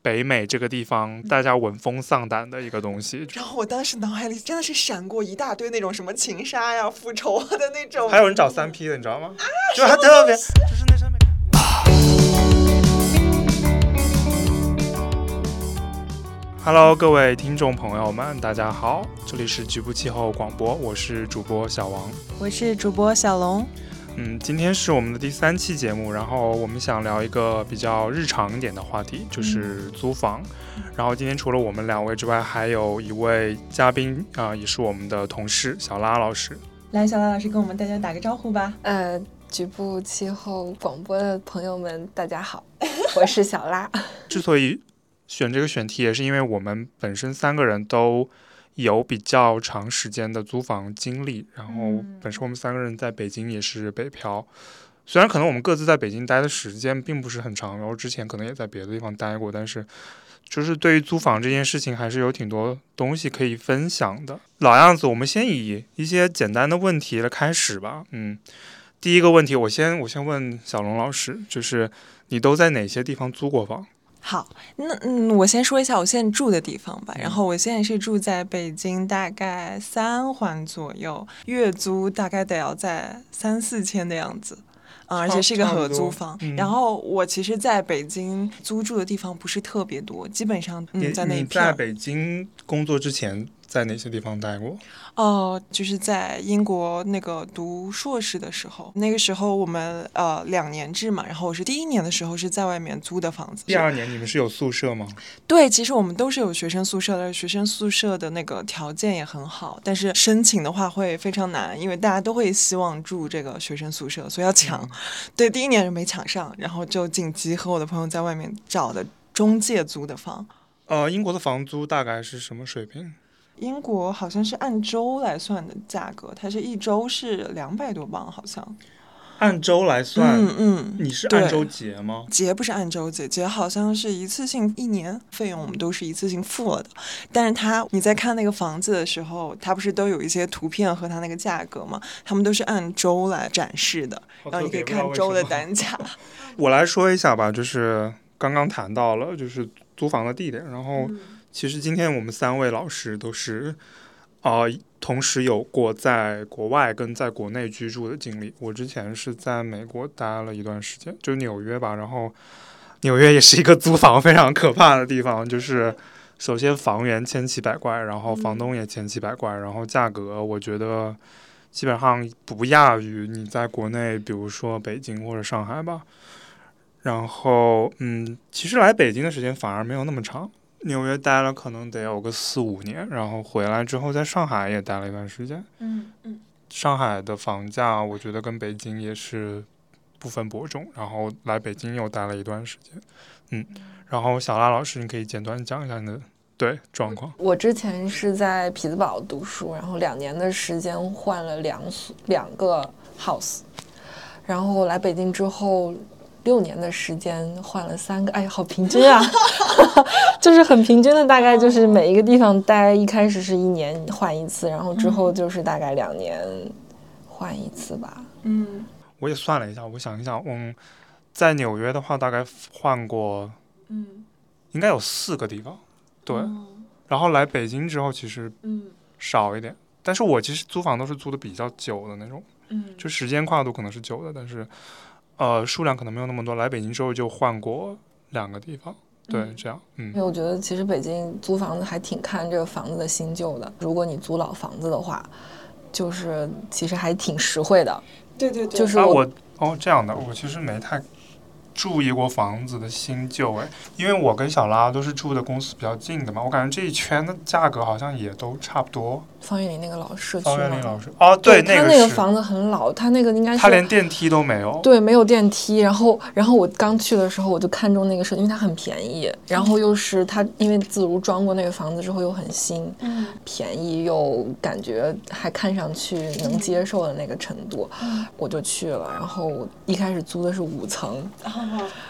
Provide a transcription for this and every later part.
北美这个地方大家闻风丧胆的一个东西。然后我当时脑海里真的是闪过一大堆那种什么情杀呀、复仇啊的那种。还有人找三 P 的，你知道吗？就他特别，就是那上面。Hello，各位听众朋友们，大家好，这里是局部气候广播，我是主播小王。我是主播小龙，嗯，今天是我们的第三期节目，然后我们想聊一个比较日常一点的话题，就是租房。嗯然后今天除了我们两位之外，还有一位嘉宾啊、呃也是我们的同事小拉老师。来，小兰老师跟我们大家打个招呼吧。呃，局部气候广播的朋友们，大家好，我是小拉。之所以选这个选题，也是因为我们本身三个人都有比较长时间的租房经历，然后嗯本身我们三个人在北京也是北漂。虽然可能我们各自在北京待的时间并不是很长，然后之前可能也在别的地方待过，但是就是对于租房这件事情，还是有挺多东西可以分享的。老样子，我们先以一些简单的问题来开始吧。嗯，第一个问题，我先我先问小龙老师，就是你都在哪些地方租过房？好，那嗯，我先说一下我现在住的地方吧。然后我现在是住在北京，大概三环左右，月租大概得要在三四千的样子。啊，而且是一个差不合多租房。嗯然后我其实在北京租住的地方不是特别多，基本上你嗯在那一你片在儿。北京工作之前在哪些地方待过？哦，就是在英国那个读硕士的时候，那个时候我们呃两年制嘛，然后我是第一年的时候是在外面租的房子，第二年你们是有宿舍吗？对，其实我们都是有学生宿舍的，学生宿舍的那个条件也很好，但是申请的话会非常难，因为大家都会希望住这个学生宿舍，所以要抢。嗯对，第一年就没抢上，然后就紧急和我的朋友在外面找的中介租的房。呃，英国的房租大概是什么水平？英国好像是按周来算的价格，它是一周是两百多镑，好像。按周来算，嗯嗯，你是对按周结吗？结不是按周结，结好像是一次性一年费用，我们都是一次性付了的。但是他你在看那个房子的时候，他不是都有一些图片和他那个价格吗？他们都是按周来展示的，好然特后呃你可别以不知道看为周什的么单价。 我来说一下吧，就是刚刚谈到了就是租房的地点，然后其实今天我们三位老师都是啊、呃同时有过在国外跟在国内居住的经历。我之前是在美国待了一段时间，就是纽约吧，然后纽约也是一个租房非常可怕的地方，就是。首先，房源千奇百怪，然后房东也千奇百怪，然后价格，我觉得基本上不亚于你在国内，比如说北京或者上海吧。然后，嗯，其实来北京的时间反而没有那么长，纽约待了可能得有个四五年，然后回来之后在上海也待了一段时间。嗯嗯，上海的房价，我觉得跟北京也是不分伯仲。然后来北京又待了一段时间，嗯，然后小拉老师，你可以简单讲一下你的对状况。我之前是在匹兹堡读书，然后两年的时间换了两所两个 house，然后来北京之后六年的时间换了三个，哎，好平均啊，就是很平均的，大概就是每一个地方待一开始是一年换一次，然后之后就是大概两年换一次吧。我也算了一下，我想一想，嗯，在纽约的话，大概换过，嗯，哦应该有四个地方，对。然后来北京之后，其实嗯少一点。但是我其实租房都是租的比较久的那种，嗯就时间跨度可能是久的，但是呃数量可能没有那么多。来北京之后就换过两个地方，对，这样，嗯因为我觉得其实北京租房子还挺看这个房子的新旧的。如果你租老房子的话，就是其实还挺实惠的。对对对，就是啊，我我哦这样的，我其实没太注意过房子的新旧哎，因为我跟小拉都是住的公司比较近的嘛，我感觉这一圈的价格好像也都差不多。方圆里那个老社区方院林嘛，老师，哦对，他个那个是，房子很老，他那个应该他是连电梯都没有，对没有电梯。然后，然后我刚去的时候我就看中那个社，因为它很便宜，然后又是它因为自如装过那个房子之后又很新，嗯便宜又感觉还看上去嗯能接受的那个程度，我就去了。然后一开始租的是五层，啊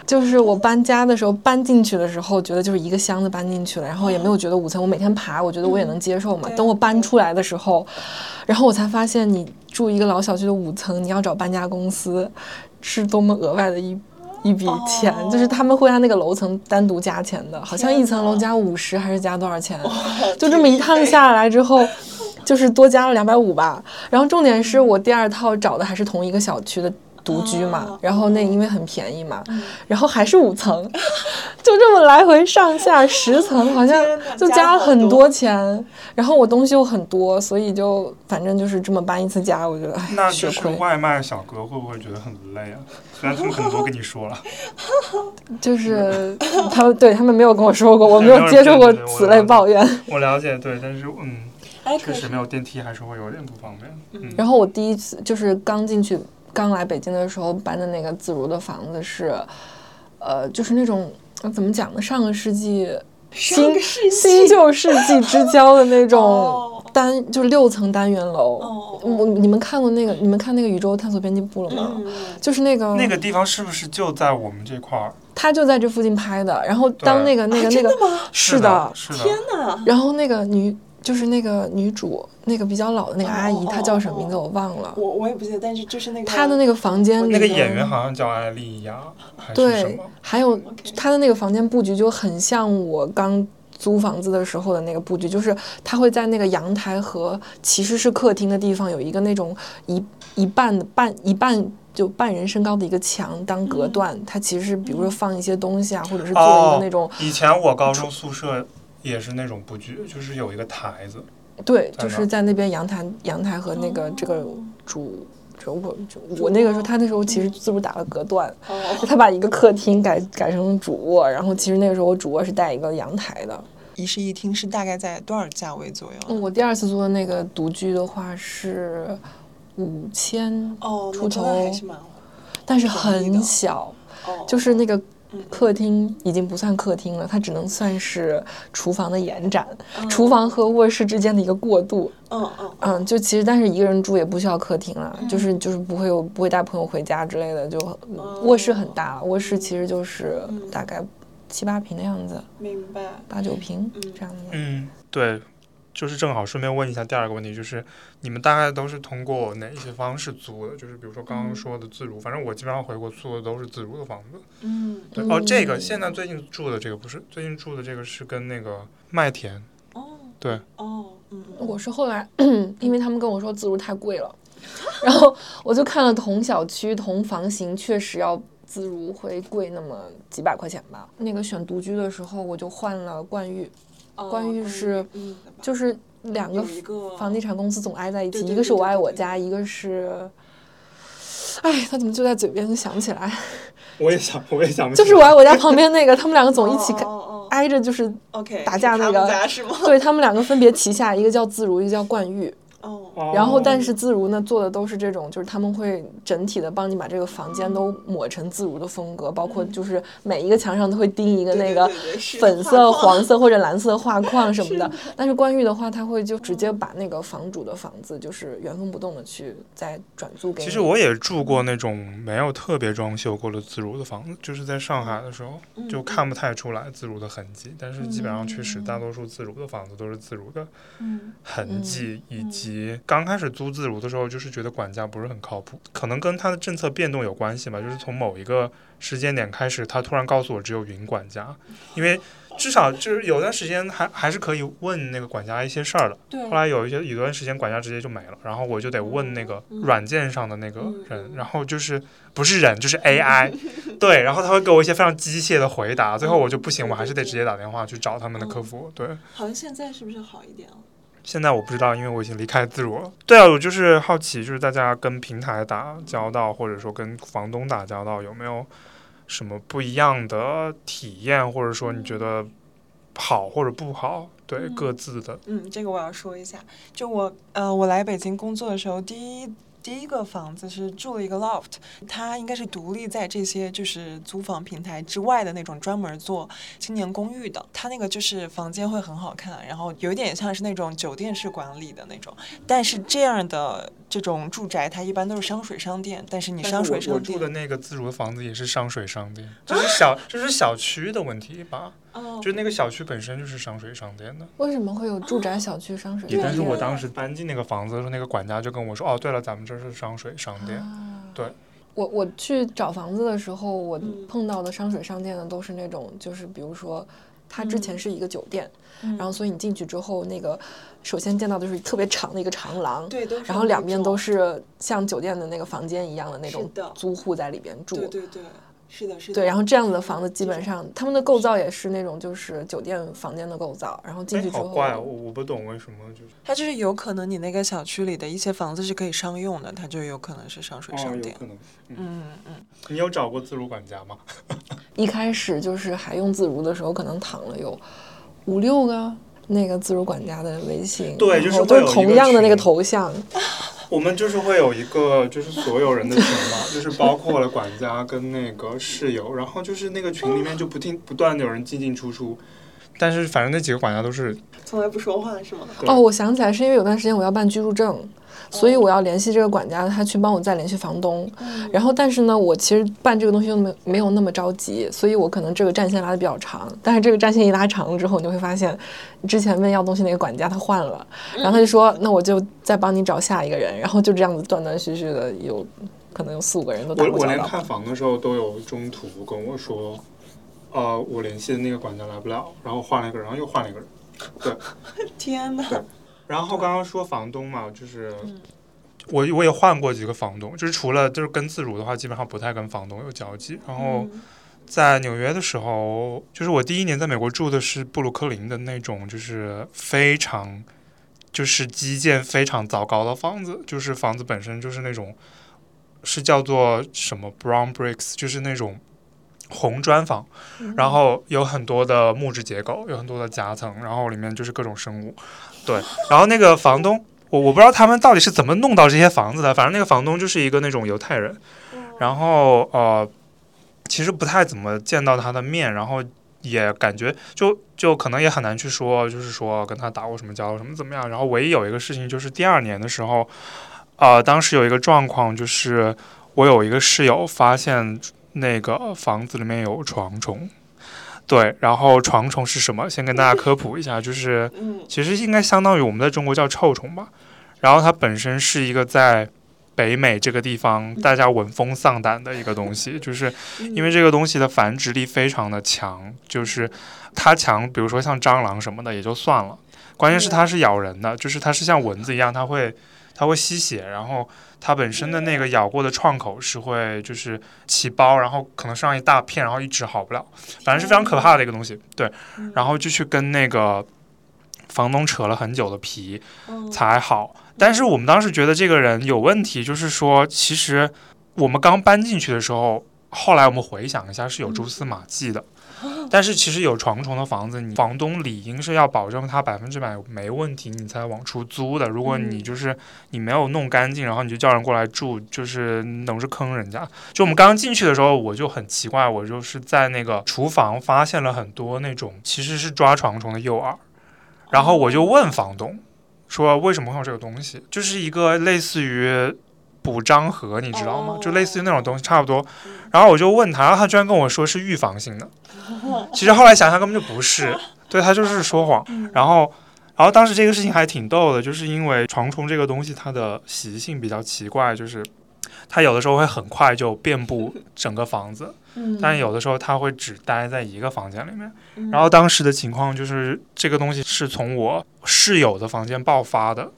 就是我搬家的时候搬进去的时候，觉得就是一个箱子搬进去了，然后也没有觉得五层，我每天爬，我觉得我也能接受嘛。啊嗯对等我搬出来的时候，然后我才发现，你住一个老小区的五层，你要找搬家公司，是多么额外的一一笔钱，哦就是他们会按那个楼层单独加钱的，好像天一层楼哪加五十还是加多少钱，哦就这么一趟，下来之后，就是多加了两百五吧。然后重点嗯是我第二套找的还是同一个小区的独居嘛哦，嗯然后那因为很便宜嘛，然后还是五层， 就这么来回上下十层，好像天哪就加加了了好很多多钱。然后我东西又很多，所以就反正就是这么搬一次家，我觉得哎那血就是亏，外卖小哥会不会觉得很累啊？虽然他们可能都跟你说 了，就是 他们对他们没有跟我说过，我没没有有接受人过对对对我此了类解抱怨。我了解，对，但是嗯，哎，确可实是没有电梯还是会有点不方便。嗯， 然后我第一次就是刚进去，刚来北京的时候搬的那个自如的房子是，呃，就是那种呃怎么讲呢？上个世纪上个世纪新旧世 纪之交的那种哦单，就六层单元楼。哦我你们看过那个？你们看那个《宇宙探索编辑部》了吗？嗯，就是那个，那个地方是不是就在我们这块儿？他就在这附近拍的。然后当对那个那个啊那真个的吗？的是的，，是天哪！然后那个女就是那个女主，那个比较老的那个阿姨，哦她哦叫哦什么名字我忘了。我我也不记得，但是就是那个她的那个房间里那个边演员好像叫艾丽亚还是什对么？，还有 OK 它的那个房间布局就很像我刚租房子的时候的那个布局，就是它会在那个阳台和其实是客厅的地方有一个那种一一半的半一半。就半人身高的一个墙当隔断，它其实是比如说放一些东西啊，或者是做一嗯哦个那种、以前我高中宿舍也是那种布局，就是有一个台子，对，在就哪是在那边阳台阳台和那个这个哦主，主我主我那个时候他那时候其实自主打了隔断，哦，就他把一个客厅改改成主卧，然后其实那个时候我主卧是带一个阳台的，一室一厅是大概在多少价位左右啊？嗯，我第二次租的那个独居的话是五千，哦，那出真的还头是蛮好但是便宜的很小，哦，就是那个嗯客厅已经不算客厅了，它只能算是厨房的延展，厨房和卧室之间的一个过渡。嗯嗯嗯，就其实但是一个人住也不需要客厅了，就嗯是就是不会有不会带朋友回家之类的，就哦卧室很大，卧室其实就是嗯大概七八平的样子，明白。八九平嗯这样子。嗯，对，就是正好顺便问一下第二个问题，就是你们大概都是通过哪一些方式租的？就是比如说嗯刚刚说的自如，反正我基本上回国租的都是自如的房子。嗯，对，哦，这个嗯现在最近住的这个不是，最近住的这个是跟那个麦田，哦对，哦，嗯，嗯我是后来， 因为他们跟我说自如太贵了，然后我就看了同小区同房型，确实要自如会贵那么几百块钱吧。那个选独居的时候，我就换了冠玉，哦关于是嗯，嗯就是两个有一个房地产公司总挨在一起，对对一个是我爱我家，对一个是。哎，他怎么就在嘴边就想不起来？我也想，我也想不就是我爱我家旁边那个，他们两个总一起哦开哦哦挨着，就是，OK，打架是他那们个家是吗？对他们两个分别旗下，一个叫自如，一个叫冠玉。哦，然后，但是自如呢做的都是这种，就是他们会整体的帮你把这个房间嗯都抹成自如的风格，包括就是每一个墙上都会钉一个对那对个对对是画粉色、框黄色或者蓝色画 框什么的。但是关玉的话，他会就直嗯接把那个房主的房子就是原封不动的去再转租给你。其实我也住嗯过那种没有特别装修过的自如的房子，就是在上海的时候就嗯看不太出来自如的痕迹，但是基本上确实大多数自如的房子都是自如的嗯痕迹，以嗯及刚开始租自如的时候，就是觉得管家不是很靠谱，可能跟他的政策变动有关系吧，就是从某一个时间点开始，他突然告诉我只有云管家，因为至少就是有段时间还还是可以问那个管家一些事儿的。对后来有一些有段时间管家直接就没了，然后我就得问那个嗯软件上的那个嗯嗯人，然后就是不是人就是 AI，对，然后他会给我一些非常机械的回答，最后我就不行，嗯我还是得直接打电话去找他们的嗯客服。对，好像现在是不是好一点了？现在我不知道，因为我已经离开自如了。对啊，我就是好奇，就是大家跟平台打交道，或者说跟房东打交道，有没有什么不一样的体验，或者说你觉得好或者不好？对，嗯各自的嗯，这个我要说一下，就我呃，我来北京工作的时候，第一。第一个房子是住了一个 loft，它应该是独立在这些就是租房平台之外的那种专门做青年公寓的。它那个就是房间会很好看，啊然后有一点像是那种酒店式管理的那种。但是这样的这种住宅，它一般都是商水商店，但是你但商是水我我商住的店，那个自如的房子也是商水商店，这是小 这是小区的问题吧？哦就是那个小区本身就是商水商店的。为什么会有住宅小区啊商水也商但是店我当时搬进那个房子的时候，那个管家就跟我说：“哦，对了，咱们这是商水商店。啊对我我去找房子的时候，我嗯碰到的商水商店的都是那种，就是比如说，它嗯之前是一个酒店，然后所以你进去之后，那个首先见到的就是特别长的一个长廊，对，都是然后两边都是是像酒店的那个房间一样的那种是的租户在里边住，对对对，是的，是的。对，然后这样子的房子基这本种上他们的构造也是那种就是酒店房间的构造，然后进哎去之好后，怪哦，我我不懂为什么就是它就是有可能你那个小区里的一些房子是可以商用的，它就有可能是商水哦，商有店。可能。嗯嗯，你有找过自如管家吗？ 一开始就是还用自如的时候，可能躺了有五六个那个自如管家的微信，对然就是后会都是有一同个样的那个群头像，我们就是会有一个，就是所有人的群嘛，就是包括了管家跟那个室友，然后就是那个群里面就不停不断的有人进进出出，但是反正那几个管家都是从来不说话是吗？对哦哦，我想起来是因为有段时间我要办居住证，所以我要联系这个管家，他去帮我再联系房东。嗯然后，但是呢，我其实办这个东西又没没有那么着急，所以我可能这个战线拉的比较长。但是这个战线一拉长了之后，你就会发现，之前问要东西那个管家他换了，嗯然后他就说，那我就再帮你找下一个人，然后就这样子断断续续的有，可能有四五个人都打我过我交连道。看房的时候都有中途跟我说，呃，我联系的那个管家来不了，然后换了一个人，然后又换了一个人。天哪！然后刚刚说房东嘛，就是我我也换过几个房东，就是除了就是跟自如的话，基本上不太跟房东有交集。然后在纽约的时候，就是我第一年在美国住的是布鲁克林的那种，就是非常就是基建非常糟糕的房子，就是房子本身就是那种是叫做什么 brown bricks，就是那种红砖房，然后有很多的木质结构，有很多的夹层，然后里面就是各种生物，对，然后那个房东。我我不知道他们到底是怎么弄到这些房子的，反正那个房东就是一个那种犹太人，然后呃，其实不太怎么见到他的面，然后也感觉就就可能也很难去说，就是说跟他打过什么交，什么怎么样。然后唯一有一个事情就是第二年的时候，呃，当时有一个状况就是我有一个室友发现那个房子里面有床虫。对，然后床虫是什么？先跟大家科普一下，就是嗯，其实应该相当于我们在中国叫臭虫吧。然后它本身是一个在北美这个地方大家闻风丧胆的一个东西，就是因为这个东西的繁殖力非常的强，就是它强，比如说像蟑螂什么的也就算了，关键是它是咬人的，就是它是像蚊子一样，它会它会吸血，然后它本身的那个咬过的创口是会就是起包，然后可能上一大片，然后一直好不了，反正是非常可怕的一个东西。对，然后就去跟那个房东扯了很久的皮才好。但是我们当时觉得这个人有问题，就是说，其实我们刚搬进去的时候，后来我们回想一下是有蛛丝马迹的。但是其实有床虫的房子，你房东理应是要保证它百分之百没问题，你才往出租的。如果你就是你没有弄干净，然后你就叫人过来住，就是总是坑人家。就我们刚进去的时候，我就很奇怪，我就是在那个厨房发现了很多那种其实是抓床虫的诱饵，然后我就问房东说为什么会有这个东西，就是一个类似于补章盒，你知道吗？就类似于那种东西，差不多。然后我就问他，然后他居然跟我说是预防性的，其实后来想想根本就不是，对他就是说谎。然后，然后当时这个事情还挺逗的，就是因为床虫这个东西它的习性比较奇怪，就是它有的时候会很快就遍布整个房子，嗯但有的时候它会只待在一个房间里面。然后当时的情况就是，这个东西是从我室友的房间爆发的。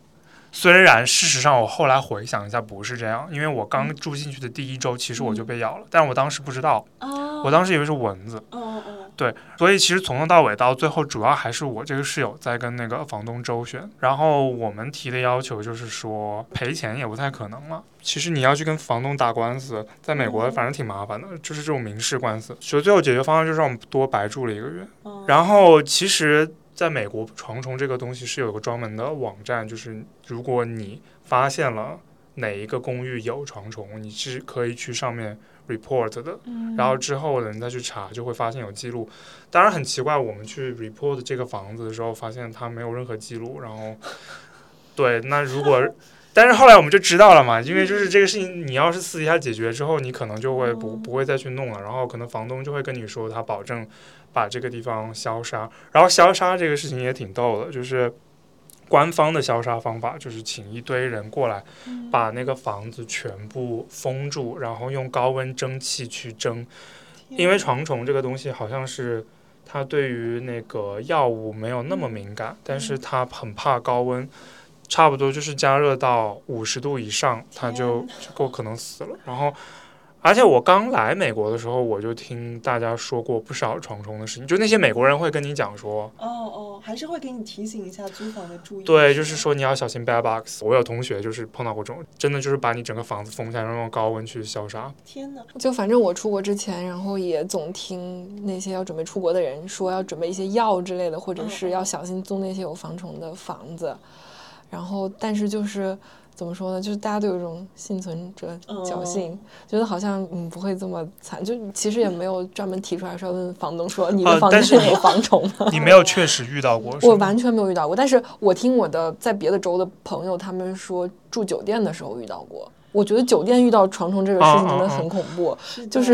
虽然事实上我后来回想一下不是这样，因为我刚住进去的第一周，其实我就被咬了，但我当时不知道，哦，我当时以为是蚊子。哦哦，对，所以其实从头到尾到最后，主要还是我这个室友在跟那个房东周旋。然后我们提的要求就是说赔钱也不太可能了。其实你要去跟房东打官司，在美国反正挺麻烦的，就是这种民事官司。所以最后解决方案就是让我们多白住了一个月。哦然后其实在美国，床虫这个东西是有个专门的网站，就是如果你发现了哪一个公寓有床虫，你是可以去上面 report 的。嗯嗯然后之后的人再去查，就会发现有记录。当然很奇怪，我们去 report 这个房子的时候，发现它没有任何记录。然后，对，那如果，但是后来我们就知道了嘛，因为就是这个事情，你要是私底下解决之后，你可能就会不不会再去弄了。然后可能房东就会跟你说，他保证把这个地方消杀。然后消杀这个事情也挺逗的，就是官方的消杀方法就是请一堆人过来，嗯把那个房子全部封住，然后用高温蒸汽去蒸，嗯因为床虫这个东西好像是它对于那个药物没有那么敏感，但是嗯它很怕高温，差不多就是加热到五十度以上，它就就够可能死了。然后，而且我刚来美国的时候，我就听大家说过不少床虫的事情，就那些美国人会跟你讲说，嗯哦哦，还是会给你提醒一下租房的注意。对，就是说你要小心 bed bugs。我有同学就是碰到过这种，真的就是把你整个房子封起来，然后用高温去消杀。天哪，就反正我出国之前，然后也总听那些要准备出国的人说要准备一些药之类的，或者是要小心租那些有防虫的房子。然后，但是就是怎么说呢？就是大家都有一种幸存者侥幸，觉得好像嗯不会这么惨。就其实也没有专门提出来说问房东说你呃的房但子是是你有防虫吗？你没有确实遇到过？是哦我吗完全没有遇到过，但是我听我的在别的州的朋友他们说住酒店的时候遇到过。我觉得酒店遇到床虫这个事情真的很恐怖，就是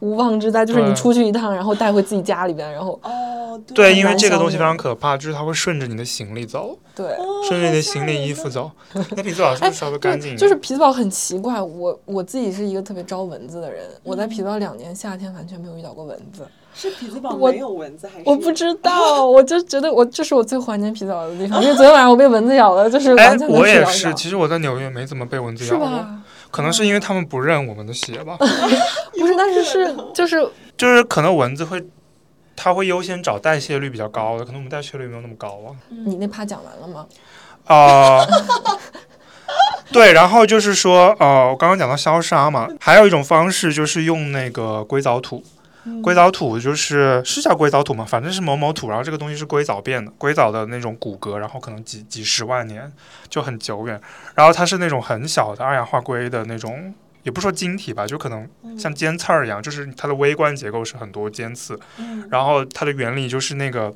无妄之灾，就是你啊对出去一趟，然后带回自己家里边，然后哦， 对，很因为难这个消东西非灭常可怕，就是它会顺着你的行李走，对，顺着你的行李、衣服走。那你最好是稍微干净啊哎对，一点。就是匹兹堡很奇怪，我我自己是一个特别招蚊子的人，我在匹兹堡两年，夏天完全没有遇到过蚊子，是匹兹堡我没有蚊子还是我不知道，我就觉得我这是我最怀念匹兹堡的地方，因为昨天晚上我被蚊子咬了，就是哎完，全没有我睡也着是。觉。其实我在纽约没怎么被蚊子是咬过，吧？嗯可能是因为他们不认我们的血吧，不是，但是是就是就是可能蚊子会，它会优先找代谢率比较高的，可能我们代谢率没有那么高啊。你那趴讲完了吗？啊、 对，然后就是说，呃，我刚刚讲到消杀嘛，还有一种方式就是用那个硅藻土。硅藻土就是是叫硅藻土吗？反正是某某土，然后这个东西是硅藻变的，硅藻的那种骨骼，然后可能几几十万年就很久远。然后它是那种很小的二氧化硅的那种，也不说晶体吧，就可能嗯嗯像尖刺儿一样，就是它的微观结构是很多尖刺，嗯然后它的原理就是那个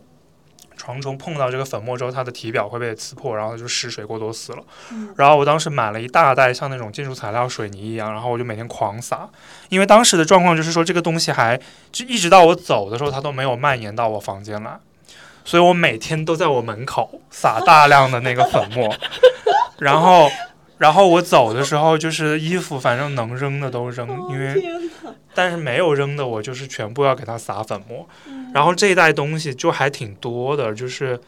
床虫碰到这个粉末之后，它的体表会被刺破，然后它就失水过多死了。嗯然后我当时买了一大袋像那种建筑材料水泥一样，然后我就每天狂撒，因为当时的状况就是说这个东西还就一直到我走的时候，它都没有蔓延到我房间来，所以我每天都在我门口撒大量的那个粉末，然后。然后我走的时候，就是衣服反正能扔的都扔，嗯因为天哦哪，但是没有扔的，我就是全部要给它撒粉末。然后这一袋东西就还挺多的，就是，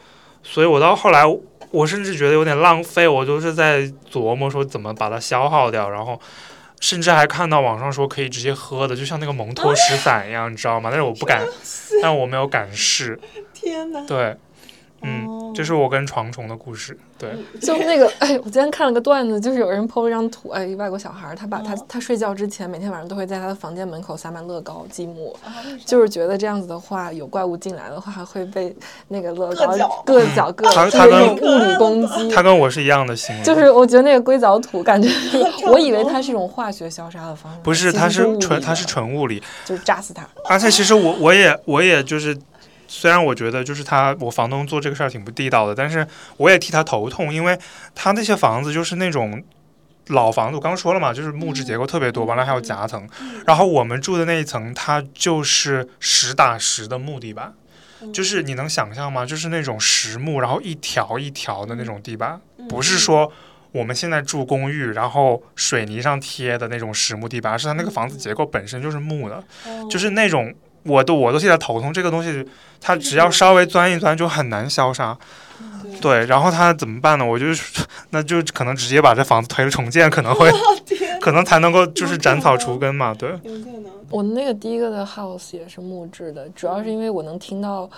所以我到后来，我甚至觉得有点浪费，我都是在琢磨说怎么把它消耗掉，然后。甚至还看到网上说可以直接喝的，就像那个蒙脱石散一样，你知道吗？但是我不敢，但我没有敢试。天哪，对，嗯，这是我跟床虫的故事。对，就那个，哎，我今天看了个段子，就是有人 PO 了一张图，哎，一外国小孩儿，他把他他睡觉之前，每天晚上都会在他的房间门口撒满乐高积木，啊就是觉得这样子的话，有怪物进来的话，会被那个乐高硌脚硌脚他硌，就他是跟有物理攻击。他跟我是一样的行为，就是我觉得那个硅藻土，感觉我以为它是一种化学消杀的方法，不是其它实是是物纯理它的是纯物理，就是炸死它。而且其实我我也我也就是，虽然我觉得就是他我房东做这个事儿挺不地道的，但是我也替他头痛，因为他那些房子就是那种。老房子，我刚说了嘛，就是木质结构特别多，完了还有夹层。然后我们住的那一层，它就是实打实的木地板，就是你能想象吗？就是那种实木，然后一条一条的那种地板，不是说我们现在住公寓，然后水泥上贴的那种实木地板，而是它那个房子结构本身就是木的，哦哦就是那种我都我都现在头痛，这个东西它只要稍微钻一钻就很难消杀。嗯对，然后它怎么办呢？我就是，那就可能直接把这房子推重建，可能会，可能才能够就是斩草除根嘛。 对，有可能我那个第一个的 house 也是木质的，主嗯要是因为我能听到，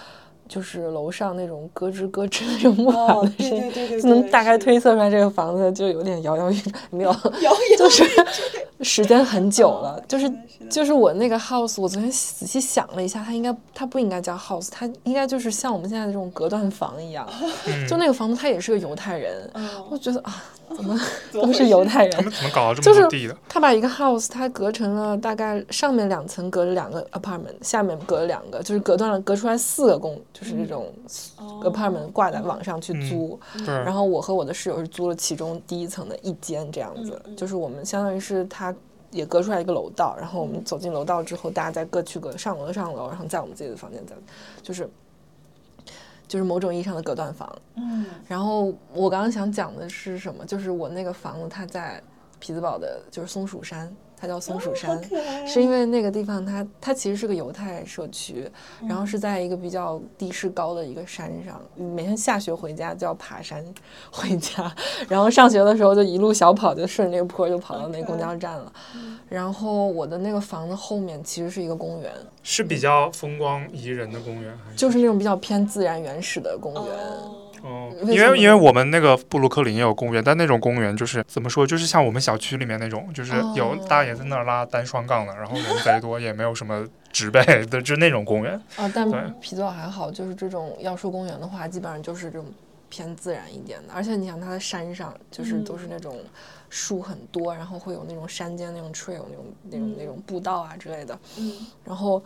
就是楼上那种咯吱咯吱那种木板哦，的对声音，对对对，就能大概是推测出来这个房子就有点摇摇欲没有，有有就是 时间很久了，就是。哦是的就是我那个 house，我昨天仔细想了一下，它应该它不应该叫 house，它应该就是像我们现在这种隔断 房一样。嗯就那个房子，他也是个犹太人，我哦觉得啊，怎么 怎么都回是事犹太人他？们怎么搞到这就么是嗯多地的？他把一个 house，它隔成了大概上面两层隔着两个 apartment，下面隔了两个，就是隔断了隔出来四个公，就是这种哦 apartment 挂在网上去租。然对，后我和我的室友是租了其中第一层的一间，这样子，就是我们相当于是它也隔出来一个楼道，然后我们走进楼道之后，大家再各去各上楼的上楼，然后在我们自己的房间再就是。就是某种意义上的隔断房。嗯然后我刚刚想讲的是什么？就是我那个房子，它在匹兹堡的，就是松鼠山，它叫松哦鼠山，啊是因为那个地方它它其实是个犹太社区，然后嗯是在一个比较地势高的一个山上，嗯每天下学回家就要爬山回家，然后上学的时候就一路小跑，就顺着那个坡就跑到那 OK 嗯公交站了。然后我的那个房子后面其实是一个公园，是比较风光宜人的公园，还就是那种比较偏自然原始的公园。哦哦，为因什么为因为我们那个布鲁克林也有公园，但那种公园就是怎么说，就是像我们小区里面那种，就是哦有大爷在那儿拉单双杠的，然后人贼多，也没有什么植被的，就那种公园。啊，但对皮兹堡还好，就是这种要说公园的话，基本上就是这种偏自然一点的。而且你想，它的山上就是都是那种树很多，然后会有那种山间那种 trail 那种那种那种步道啊之类的。嗯然后，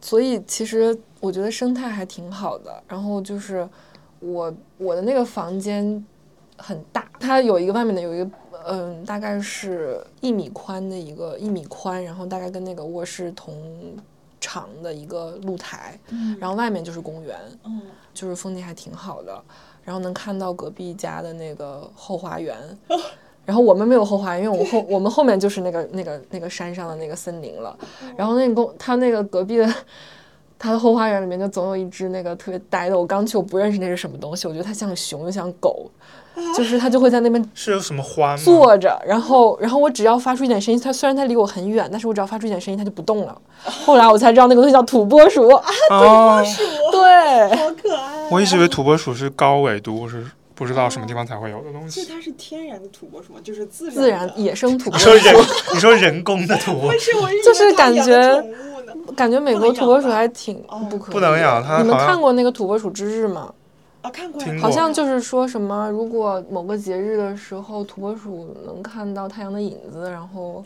所以其实我觉得生态还挺好的。然后就是我我的那个房间很大，它有一个外面的有一个嗯，大概是一米宽的一个一米宽，然后大概跟那个卧室同长的一个露台，嗯然后外面就是公园，嗯就是风景还挺好的，然后能看到隔壁家的那个后花园。然后我们没有后花园，因为我们后我们后面就是那个那个那个山上的那个森林了。然后那个公他那个隔壁的他的后花园里面就总有一只那个特别呆的，我刚去我不认识那是什么东西，我觉得它像熊又像狗，就是它就会在那边是有什么花吗？坐着，然后然后我只要发出一点声音，它虽然它离我很远，但是我只要发出一点声音，它就不动了。后来我才知道那个东西叫土拨鼠，哦，对，嗯好可爱。啊我一直以为土拨鼠是高纬度，是不知道什么地方才会有的东所以西。它是天然的土拨鼠吗？就是自然自自然野生土拨你鼠说。人，你说人工的土拨但鼠是我一直就是以 为它感养觉的宠物呢感觉美国土拨鼠还挺不能养吧不可以不能养，它你们好看像过那个土拨鼠之日吗？啊，看过呀，听过好像就是说什么，如果某个节日的时候土拨鼠能看到太阳的影子，然后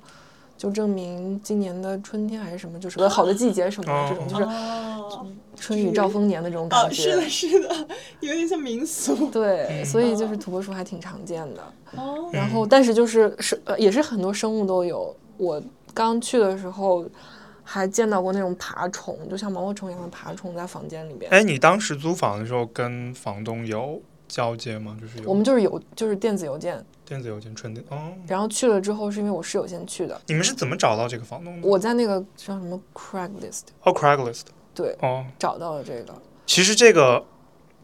就证明今年的春天还是什么，就是个好的季节什么的，这种哦就是哦春雨兆丰年的这种啊，感是觉的，。是的，有点像民俗对，嗯所以就是土拨鼠还挺常见的。哦然后，但是就是是呃也是很多生物都有。我刚去的时候还见到过那种爬虫，就像毛毛虫一样的爬虫在房间里边。哎，你当时租房的时候跟房东有交接吗？就是我有们就是邮，就是电子邮件，电子邮件、传电哦。然后去了之后是因为我室友先去的，你们是怎么找到这个房东的？我在那个叫什么 Craigslist 哦，Craigslist。对哦，找到了这个。其实这个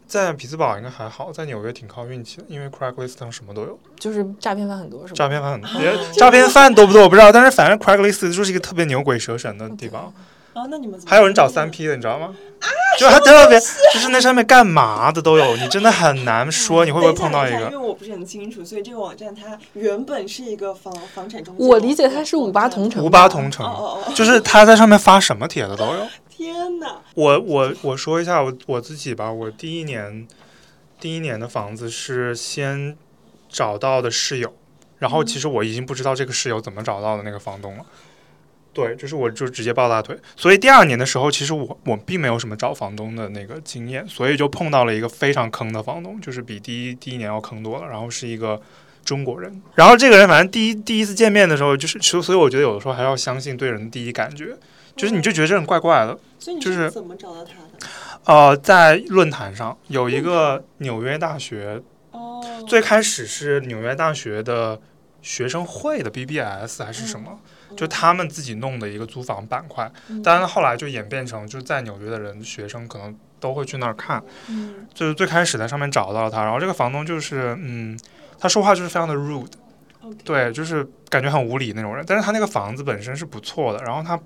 在匹兹堡应该还好，在纽约挺靠运气的，因为 Craigslist 上什么都有，就是诈骗犯很多是啊吧？诈骗犯很多，诈骗犯多不多我不知道，但是反正 Craigslist 就是一个特别牛鬼蛇神的地方。啊，那你们怎么还有人找三 P 的，你知道吗？啊就他特别，就是那上面干嘛的都有，你真的很难说你会不会碰到一等下等下个。因 为我不是很清楚，所以这个网站它原本是一个房房产中介网站。我理解它是五八同城吧，五八同哦。城，哦哦哦！就是他在上面发什么帖子都有。天哪！我我我说一下我我自己吧，我第一年第一年的房子是先找到的室友，然后其实我已经不知道这个室友怎么找到的那个房东了。对，就是我就直接抱大腿，所以第二年的时候，其实我我并没有什么找房东的那个经验，所以就碰到了一个非常坑的房东，就是比第一第一年要坑多了。然后是一个中国人，然后这个人反正第一第一次见面的时候，就是所以我觉得有的时候还要相信对人的第一感觉，就是你就觉得这人怪怪的，所以你就是怎么找到他的？呃，在论坛上有一个纽约大学，哦，最开始是纽约大学的学生会的 BBS 还是什么，嗯就他们自己弄的一个租房板块。嗯当然后来就演变成，就是在纽约的人学生可能都会去那儿看。嗯就是最开始在上面找到他，然后这个房东就是，嗯，他说话就是非常的 rude， ，OK，对，就是感觉很无理那种人。但是他那个房子本身是不错的，然后他，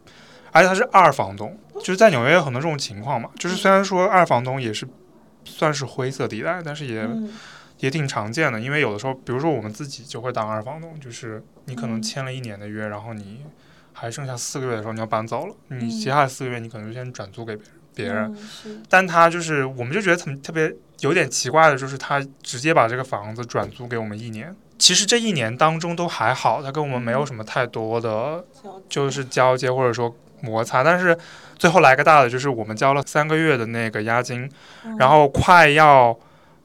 而且他是二房东，就是在纽约有很多这种情况嘛。就是虽然说二房东也是算是灰色地带，但是也、嗯也挺常见的。因为有的时候，比如说我们自己就会当二房东，就是你可能嗯签了一年的约，然后你还剩下四个月的时候你要搬走了，嗯你接下来四个月你可能就先转租给别人别人。嗯是但他就是，我们就觉得很特别有点奇怪的，就是他直接把这个房子转租给我们一年。其实这一年当中都还好，他跟我们没有什么太多的小就是交接或者说摩擦，但是最后来个大的，就是我们交了三个月的那个押金，然后快要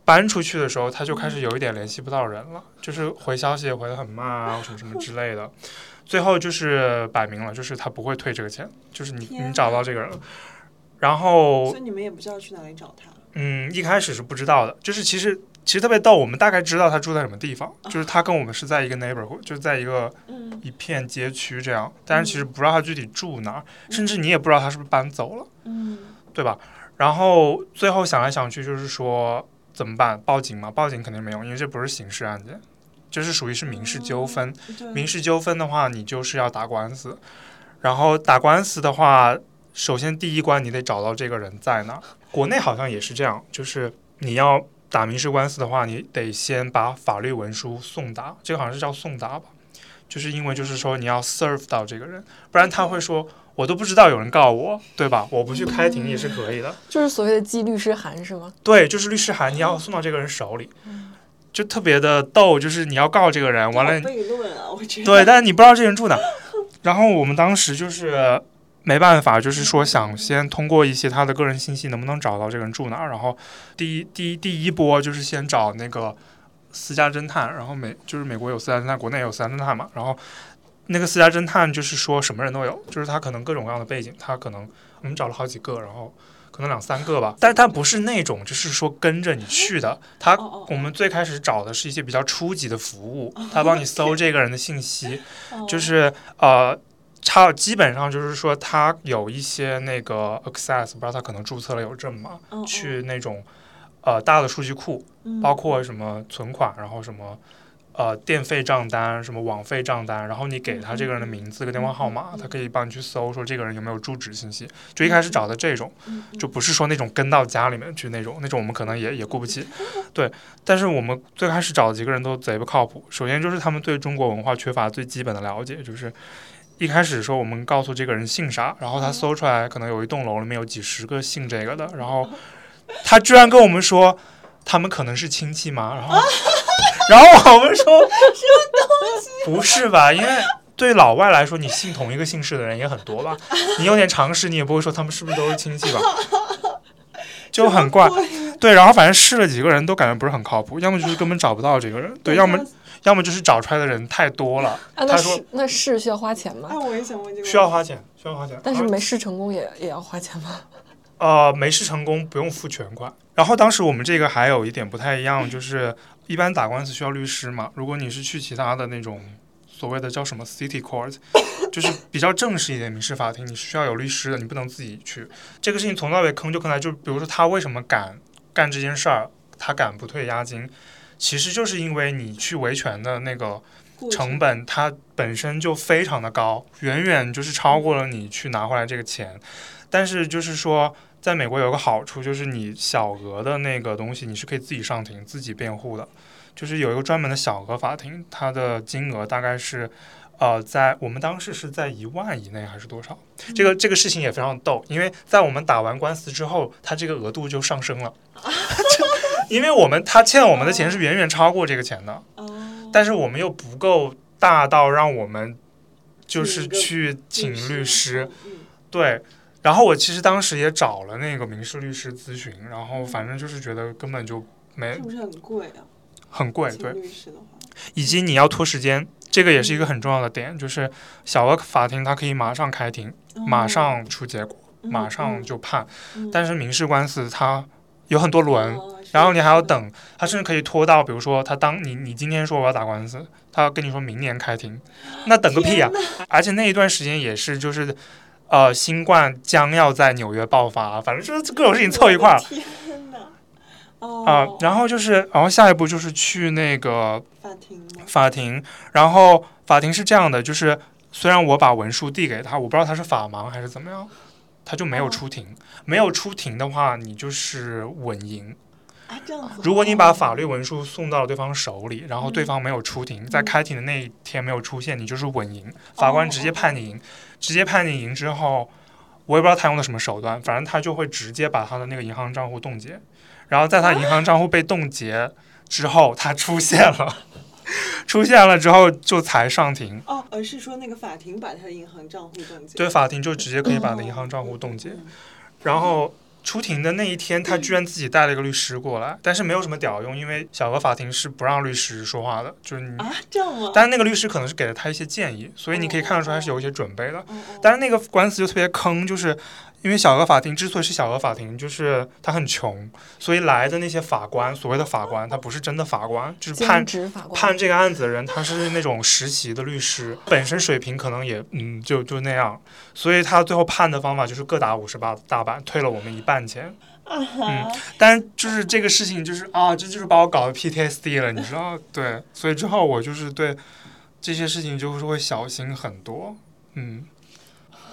搬出去的时候，他就开始有一点联系不到人了，就是回消息也回得很慢啊，什么什么之类的。最后就是摆明了，就是他不会退这个钱，就是你天你找到这个人了，然后所以你们也不知道去哪里找他。嗯，一开始是不知道的，就是其实其实特别逗，我们大概知道他住在什么地方，就是他跟我们是在一个 neighborhood，就是在一个嗯一片街区这样，但是其实不知道他具体住哪儿，甚至你也不知道他是不是搬走了，嗯对吧？然后最后想来想去，就是说怎么办？报警吗？报警肯定没用，因为这不是刑事案件，这是属于是民事纠纷。民对，事纠纷的话，你就是要打官司，然后打官司的话，首先第一关你得找到这个人在哪儿。国内好像也是这样，就是你要打民事官司的话，你得先把法律文书送达，这个好像是叫送达吧，就是因为就是说你要 serve 到这个人，不然他会说我都不知道有人告我，对吧？我不去开庭也是可以的。就是所谓的寄律师函是吗？对，就是律师函你要送到这个人手里，就特别的逗，就是你要告这个人，完哦了悖论啊，我觉得 对，但是你不知道这人住哪。然后我们当时就是没办法，就是说想先通过一些他的个人信息，能不能找到这个人住哪儿。然后第一第一第一波就是先找那个私家侦探，然后美就是美国有私家侦探，国内也有私家侦探嘛。然后那个私家侦探就是说什么人都有，就是他可能各种各样的背景，他可能我们找了好几个，然后。可能两三个吧，但是他不是那种，就是说跟着你去的。他哦哦我们最开始找的是一些比较初级的服务，他帮你搜这个人的信息，哦哦就是呃，差基本上就是说他有一些那个 access，不知道他可能注册了有证嘛，哦哦去那种呃大的数据库，嗯嗯包括什么存款，然后什么。呃，电费账单、什么网费账单，然后你给他这个人的名字跟电话号码，他可以帮你去搜，说这个人有没有住址信息。就一开始找的这种，嗯就不是说那种跟到家里面去那种，那种我们可能也也顾不起。对，但是我们最开始找的几个人都贼不靠谱。首先就是他们对中国文化缺乏最基本的了解，就是一开始说我们告诉这个人姓啥，然后他搜出来可能有一栋楼里面有几十个姓这个的，然后他居然跟我们说他们可能是亲戚嘛，然后然后我们说什么东西？不是吧？因为。对老外来说，你姓同一个姓氏的人也很多 吧？你有点常识，你也不会说他们是不是都是亲戚 吧？就很怪。对，然后反正试了几个人都感觉不是很靠谱，要么就是根本找不到这个人， 对，啊要么要么就是找出来的人太多了。啊，他那说啊是那是需要花钱吗哎，？我也想问这个，需要花钱，需要花钱。但是而没试成功也也要花钱吗？呃，没事成功不用付全款。然后当时我们这个还有一点不太一样，就是一般打官司需要律师嘛，如果你是去其他的那种所谓的叫什么 city court，就是 比较正式一点的民事法庭，你是需要有律师的，你不能自己去。这个事情从头到尾坑就坑在，就比如说他为什么敢干这件事儿，他敢不退押金，其实就是因为你去维权的那个过程成本它本身就非常的高，远远就是超过了你去拿回来这个钱。但是就是说，在美国有个好处，就是你小额的那个东西，你是可以自己上庭自己辩护的，就是有一个专门的小额法庭，它的金额大概是。呃，在我们当时是在一万以内还是多少？这个这个事情也非常逗，因为在我们打完官司之后，它这个额度就上升了， 因为我们他欠我们的钱是远远超过这个钱的，哦但是我们又不够大到让我们就是请去请律师，，嗯对。然后我其实当时也找了那个民事律师咨询，然后反正就是觉得根本就没是不是嗯很贵啊？很贵，请对，律师的话，以及你要拖时间，这个也是嗯一个很重要的点，就是小额法庭它可以马上开庭，马上出结果，哦嗯马上，就判，嗯但是民事官司它有很多轮，，嗯然后你还要，等，他甚至可以拖到，比如说他当你你今天说我要打官司，他跟你说明年开庭，那等个屁啊！而且那一段时间也是就是，呃，新冠将要在纽约爆发，反正就是各种事情凑一块儿是的天哪！啊、哦，然后就是，然后下一步就是去那个法庭吗？法庭，然后法庭是这样的，就是虽然我把文书递给他，我不知道他是法盲还是怎么样，他就没有哦出庭。没有出庭的话，你就是稳赢。啊，这样子，如果你把法律文书送到了对方手里，然后对方没有出庭，在嗯开庭的那一天没有出现，你就是稳赢，法官直接判你赢，直接判你赢之后，我也不知道他用的什么手段，反正他就会直接把他的那个银行账户冻结，然后在他银行账户被冻结之后，他出现了， 出现了之后就才上庭，哦，而是说那个法庭把他的银行账户冻结，对，法庭就直接可以把你的哦银行账户冻结，嗯哦然后出庭的那一天，他居然自己带了一个律师过来，但是没有什么屌用，因为小额法庭是不让律师说话的，就是你。啊，这样吗？但是那个律师可能是给了他一些建议，所以你可以看得出来是有一些准备的。哦哦但是那个官司就特别坑，就是因为小额法庭之所以是小额法庭，就是他很穷，所以来的那些法官，所谓的法官，他不是真的法官，就是判兼职法官判这个案子的人，他是那种实习的律师，本身水平可能也嗯就就那样，所以他最后判的方法就是各打五十八大板，退了我们一半钱。啊嗯，但就是这个事情，就是啊，这就是把我搞得 PTSD 了，你知道？对，所以之后我就是对这些事情就是会小心很多。嗯，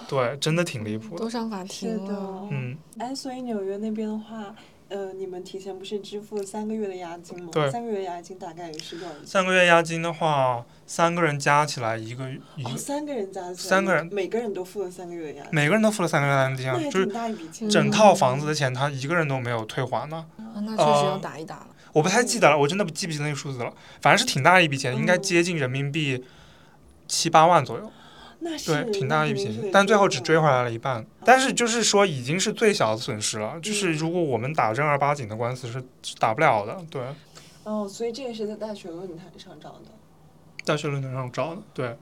对，真的挺离谱的。都上法庭啊了。嗯，哎，所以纽约那边的话，呃，你们提前不是支付三个月的押金吗？对三个月押金大概是多少钱？三个月押金的话，三个人加起来一个一个哦，，三个人加起来，三个人每个人都付了三个月的押金，每个人都付了三个月押金啊那，还就是挺大一笔钱。整套房子的钱他一个人都没有退还呢。啊那确实要打一打了。我不太记得了，我真的不记不清那个数字了，反正是挺大一笔钱，应该接近人民币七八万左右。那是对，挺大一笔那肯定钱是，但最后只追回来了一半。但是就是说，已经是最小的损失了。就是如果我们打正儿八经的官司是是打不了的，对，哦，所以这也是在大学论坛上找的。大学论坛上找的，对，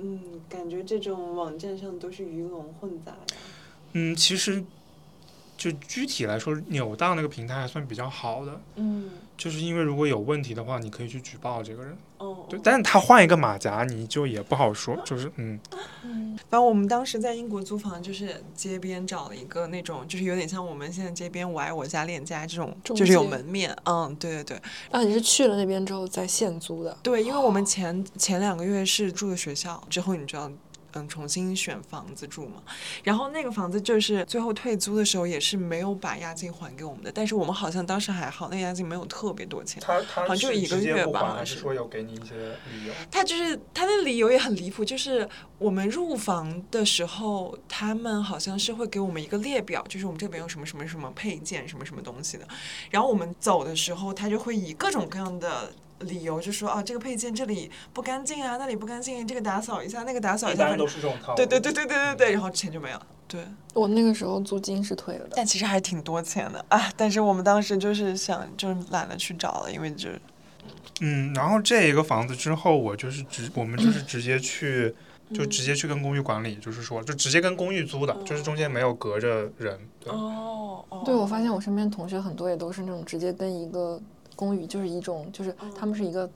嗯，感觉这种网站上都是鱼龙混杂的。嗯，其实就具体来说，扭蛋那个平台还算比较好的，嗯，就是因为如果有问题的话，你可以去举报这个人，哦，对，但是他换一个马甲，你就也不好说，就是嗯，反正我们当时在英国租房，就是街边找了一个那种，就是有点像我们现在街边我爱我家恋家这种，中就是有介门面。嗯，对对对啊，你是去了那边之后再现租的？对，因为我们前前两个月是住的学校，之后你就要。嗯，重新选房子住嘛，然后那个房子就是最后退租的时候也是没有把押金还给我们的，但是我们好像当时还好，那个押金没有特别多钱，他他好像就一个月吧还是有给你一些理由？他就是他的理由也很离谱，就是我们入房的时候，他们好像是会给我们一个列表，就是我们这边有什么什么什么配件，什么什么东西的。然后我们走的时候，他就会以各种各样的理由，就说啊，这个配件这里不干净啊，那里不干净，这个打扫一下，那个打扫一下，反正是这种套路对对对对对对对，然后钱就没了。对，我那个时候租金是退了的。但其实还挺多钱的啊！但是我们当时就是想，就是懒得去找了，因为就是嗯，然后这一个房子之后，我就是直，我们就是直接去，就直接去跟公寓管理，就是说，就直接跟公寓租的，就是中间没有隔着人。对，哦哦对，我发现我身边同学很多也都是那种直接跟一个公寓，就是一种就是嗯他们是一个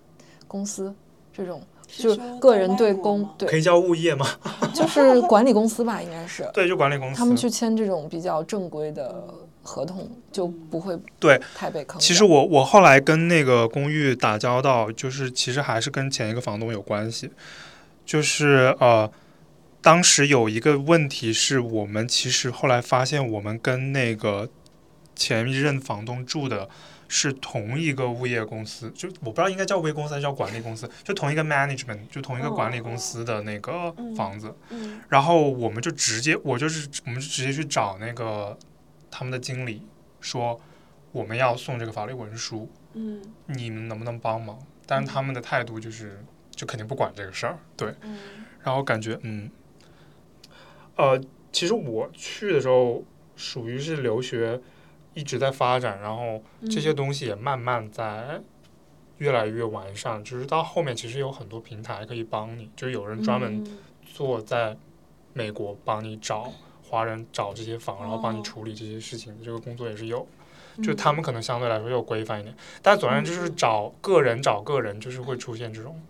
公司这种，就是说个在人外对国公吗可对以叫物业吗？ 就是管理公司吧，应该是对，就管理公司。他们去签这种比较正规的合同，就不会对太被坑。其实。我我后来跟那个公寓打交道，就是其实还是跟前一个房东有关系，就是呃，当时有一个问题是我们其实后来发现我们跟那个前一任房东住的。是同一个物业公司，就我不知道应该叫物业公司还是叫管理公司，就同一个 management，就同一个管理公司的那个房子。嗯然后我们就直接，我就是我们就直接去找那个他们的经理说，我们要送这个法律文书，嗯你们能不能帮忙？但是他们的态度就是，就肯定不管这个事儿，对。嗯然后感觉，嗯，呃，其实我去的时候属于是留学一直在发展，然后嗯这些东西也慢慢在越来越完善，就是到后面其实有很多平台可以帮你，就有人专门嗯做在美国帮你找华人找这些房，然后帮你哦处理这些事情，这个工作也是有。嗯就他们可能相对来说又规范一点，但总而言之就是找个人找个人，就是会出现这种。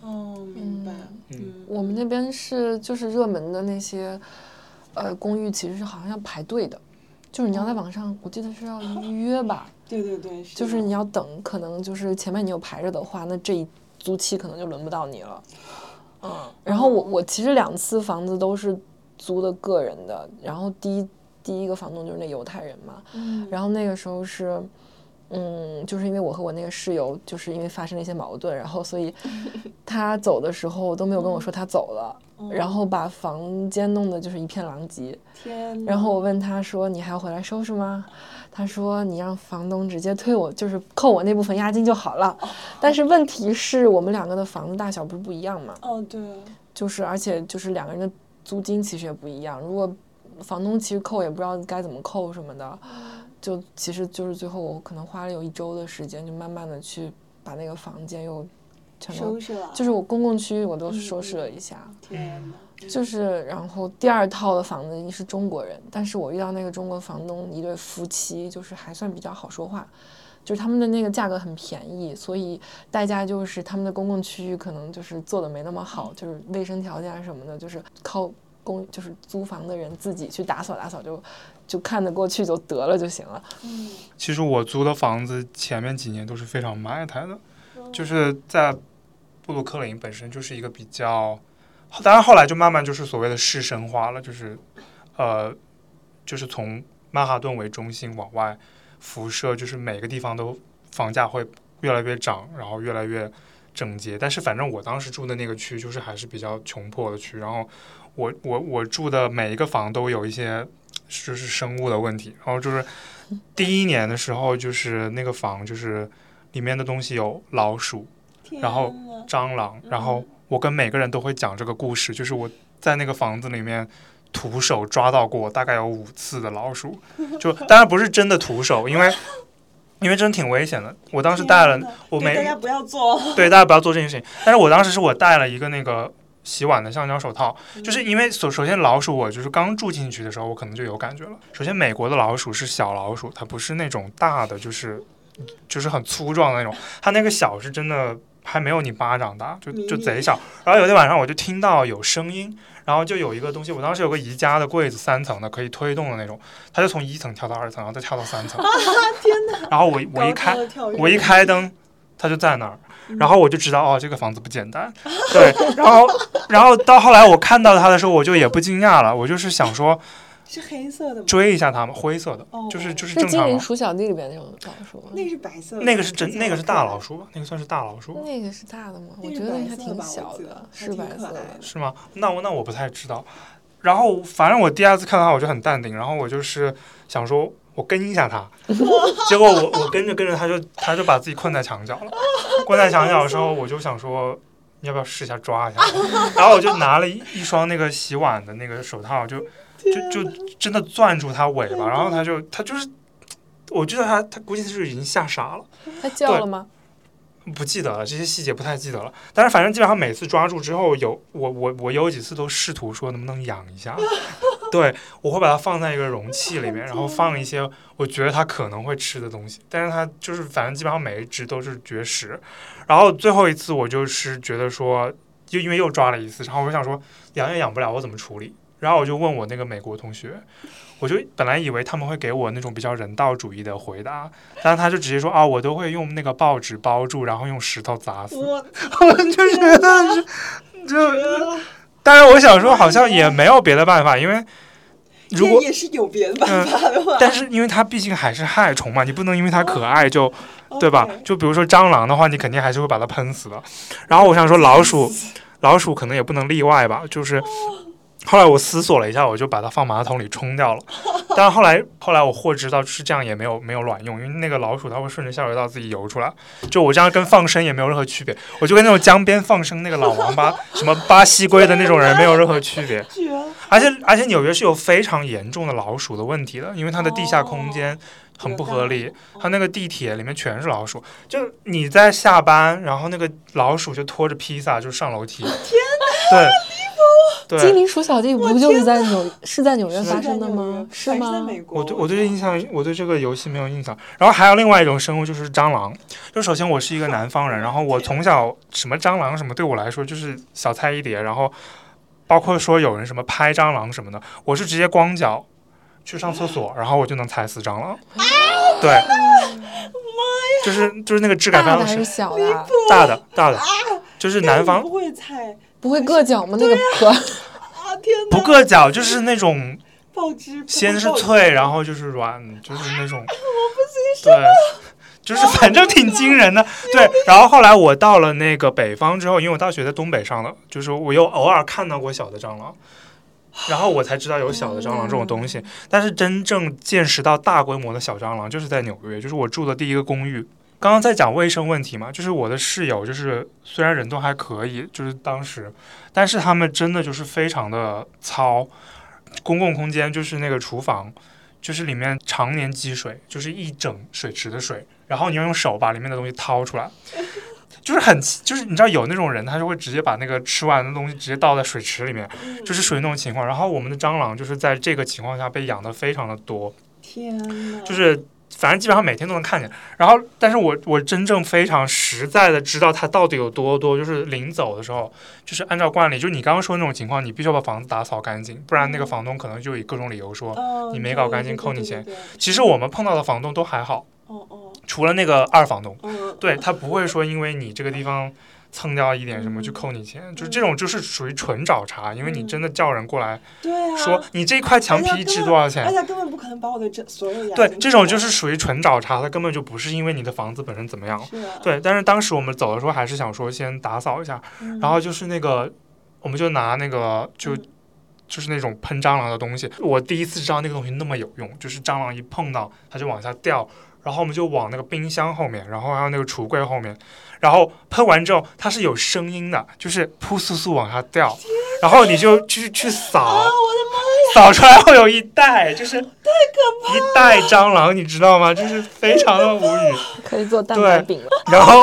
哦，明白。嗯嗯，我们那边是就是热门的那些，呃，公寓其实是好像要排队的，就是你要在网上，我记得是要预约吧，对对对，是就是的你要等，可能就是前面你有排着的话，那这一租期可能就轮不到你了。嗯，然后我我其实两次房子都是租的个人的，然后第一第一个房东就是那犹太人嘛，嗯然后那个时候是，嗯，就是因为我和我那个室友就是因为发生了一些矛盾，然后所以他走的时候都没有跟我说他走了，然后把房间弄得就是一片狼藉。天呐，然后我问他说：“你还要回来收拾吗？”他说：“你让房东直接退我，就是扣我那部分押金就好了。”但是问题是我们两个的房子大小不是不一样嘛，哦对，就是而且就是两个人的租金其实也不一样，如果房东其实扣也不知道该怎么扣什么的，就其实就是最后我可能花了有一周的时间，就慢慢的去把那个房间又全都收，拾了，嗯就是我公共区域我都收拾了一下，天呐，就是，然后第二套的房子是中国人，但是我遇到那个中国房东一对夫妻，就是还算比较好说话，就是他们的那个价格很便宜，所以代价就是他们的公共区域可能就是做的没那么好，就是卫生条件啊什么的，就是靠公就是租房的人自己去打扫打扫就就看得过去就得了就行了。其实我租的房子前面几年都是非常埋汰的，就是在布鲁克林本身就是一个比较，当然后来就慢慢就是所谓的市生化了，就是呃，就是从曼哈顿为中心往外辐射，就是每个地方都房价会越来越涨，然后越来越整洁。但是反正我当时住的那个区就是还是比较穷破的区，然后我我我住的每一个房都有一些就是生物的问题，然后就是第一年的时候，就是那个房就是里面的东西有老鼠、然后蟑螂，嗯然后我跟每个人都会讲这个故事，就是我在那个房子里面徒手抓到过大概有五次的老 鼠，就当然不是真的徒手，因为因为真挺危险的。我当时带了天哪，我对没大家不要做，对，大家不要做这件事情。但是我当时是我带了一个那个洗碗的橡胶手套，就是因为首首先老鼠，我就是刚住进去的时候，我可能就有感觉了。首先，美国的老鼠是小老鼠，它不是那种大的，就是就是很粗壮的那种，它那个小是真的还没有你巴掌大，就就贼小。然后有天晚上我就听到有声音。然后就有一个东西，我当时有个宜家的柜子，三层的可以推动的那种，它就从一层跳到二层，然后再跳到三层。天哪！然后我我一开高高，地跳跃我一开灯，它就在那儿，然后我就知道哦，这个房子不简单。对， 然后然后到后来我看到它的时候，我就也不惊讶了，我就是想说是黑色的吗？追一下它们，灰色的哦，就是就是是《正精常灵的。鼠小弟》里边那种老鼠吗？那个是白色的，那个是真，那个是大老鼠，鼠吧？那个算是大老鼠吧那个是大的吗？我那觉是得那白个还色挺吧我小记的得，还是挺白可色的爱。的是吗？那我那我不太知道。然后反正我第二次看到它，我就很淡定，然后我就是想说。我跟一下它，结果我我跟着跟着它就它就把自己困在墙角了。关在墙角的时候，我就想说，你要不要试一下抓一下？然后我就拿了一一双那个洗碗的那个手套，就就就真的攥住它尾巴，然后它就它就是，我知道它它估计是已经吓傻了，它叫了吗？不记得了这些细节不太记得了。但是反正基本上每次抓住之后有我我我有几次都试图说能不能养一下，对我会把它放在一个容器里面，然后放一些我觉得它可能会吃的东西，但是它就是反正基本上每一只都是绝食。然后最后一次我就是觉得说，就因为又抓了一次，然后我想说养也养不了，我怎么处理？然后我就问我那个美国同学，我就本来以为他们会给我那种比较人道主义的回答，但是他就直接说啊，我都会用那个报纸包住，然后用石头砸死。我我就觉得是，就，当然我想说，好像也没有别的办法，因为如这果也是有别的办法的吧？但是因为它毕竟还是害虫嘛，你不能因为它可爱就对吧 OK？就比如说蟑螂的话，你肯定还是会把它喷死的。然后我想说老鼠，老鼠可能也不能例外吧，就是。后来我思索了一下，我就把它放马桶里冲掉了。但是后来，后来我获知到是这样也没有没有卵用，因为那个老鼠它会顺着下水道自己游出来。就我这样跟放生也没有任何区别，我就跟那种江边放生那个老王八、什么巴西龟的那种人没有任何区别。绝了而且而且纽约是有非常严重的老鼠的问题的，因为它的地下空间很不合哦理，它那个地铁里面全是老鼠，就你在下班，然后那个老鼠就拖着披萨就上楼梯，哦天哪，对，精对。灵鼠小弟不就是在纽是在纽约是发在生的纽约吗？是还在吗？美国，我对我对这印象，我对这个游戏没有印象。然后还有另外一种生物就是蟑螂。就首先我是一个南方人，然后我从小什么蟑螂什么对我来说就是小菜一碟。然后包括说有人什么拍蟑螂什么的，我是直接光脚去上厕所，然后我就能踩死蟑螂。哎对，就是就是那个质感非大的常还深，是小的啊？大的大的，就是但南你方不会猜不会硌脚吗？那个壳啊！天哪，不硌脚，就是那种爆汁，先是爆汁脆，然后就是软，就是那种，对，就是反正挺惊人的。 对，然后后来我到了那个北方之后，因为我大学在东北上的，就是我又偶尔看到过小的蟑螂，然后我才知道有小的蟑螂这种东西。但是真正见识到大规模的小蟑螂，就是在纽约，就是我住的第一个公寓。刚刚在讲卫生问题嘛，就是我的室友，就是虽然人都还可以，就是当时，但是他们真的就是非常的糙，公共空间就是那个厨房，就是里面常年积水，就是一整水池的水，然后你要用手把里面的东西掏出来。 就是很奇，就是你知道有那种人，他就会直接把那个吃完的东西直接倒在水池里嗯面，就是属于那种情况。然后我们的蟑螂就是在这个情况下被养的非常的多，天呐，就是反正基本上每天都能看见。然后，但是我我真正非常实在的知道它到底有多多，就是临走的时候，就是按照惯例，就是你刚刚说的那种情况，你必须要把房子打扫干净，不然那个房东可能就以各种理由说。哦你没搞干净扣你。钱对对对对对对其实我们碰到的房东都还好，哦哦除了那个二房东，哦，对他不会说因为你这个地方蹭掉一点什么去扣你钱，嗯就是这种就是属于纯找茬，因为你真的叫人过来对啊，说你这块墙而皮且值根多少啊而钱。且嗯根本不可能把我的这所有牙对，都这种抠就是属于纯找茬，他根本就不是因为你的房子本身怎么样。是啊，对，但是当时我们走的时候还是想说先打扫一下，嗯然后就是那个，我们就拿那个就嗯就是那种喷蟑螂的东西，我第一次知道那个东西那么有用，就是蟑螂一碰到它就往下掉，然后我们就往那个冰箱后面，然后还有那个橱柜后面，然后喷完之后它是有声音的，就是扑簌簌往下掉，然后你就去去啊扫，扫出来会有一袋，就是一袋蟑螂，你知道吗？就是非常的无 语。 可以做蛋白饼了。然后，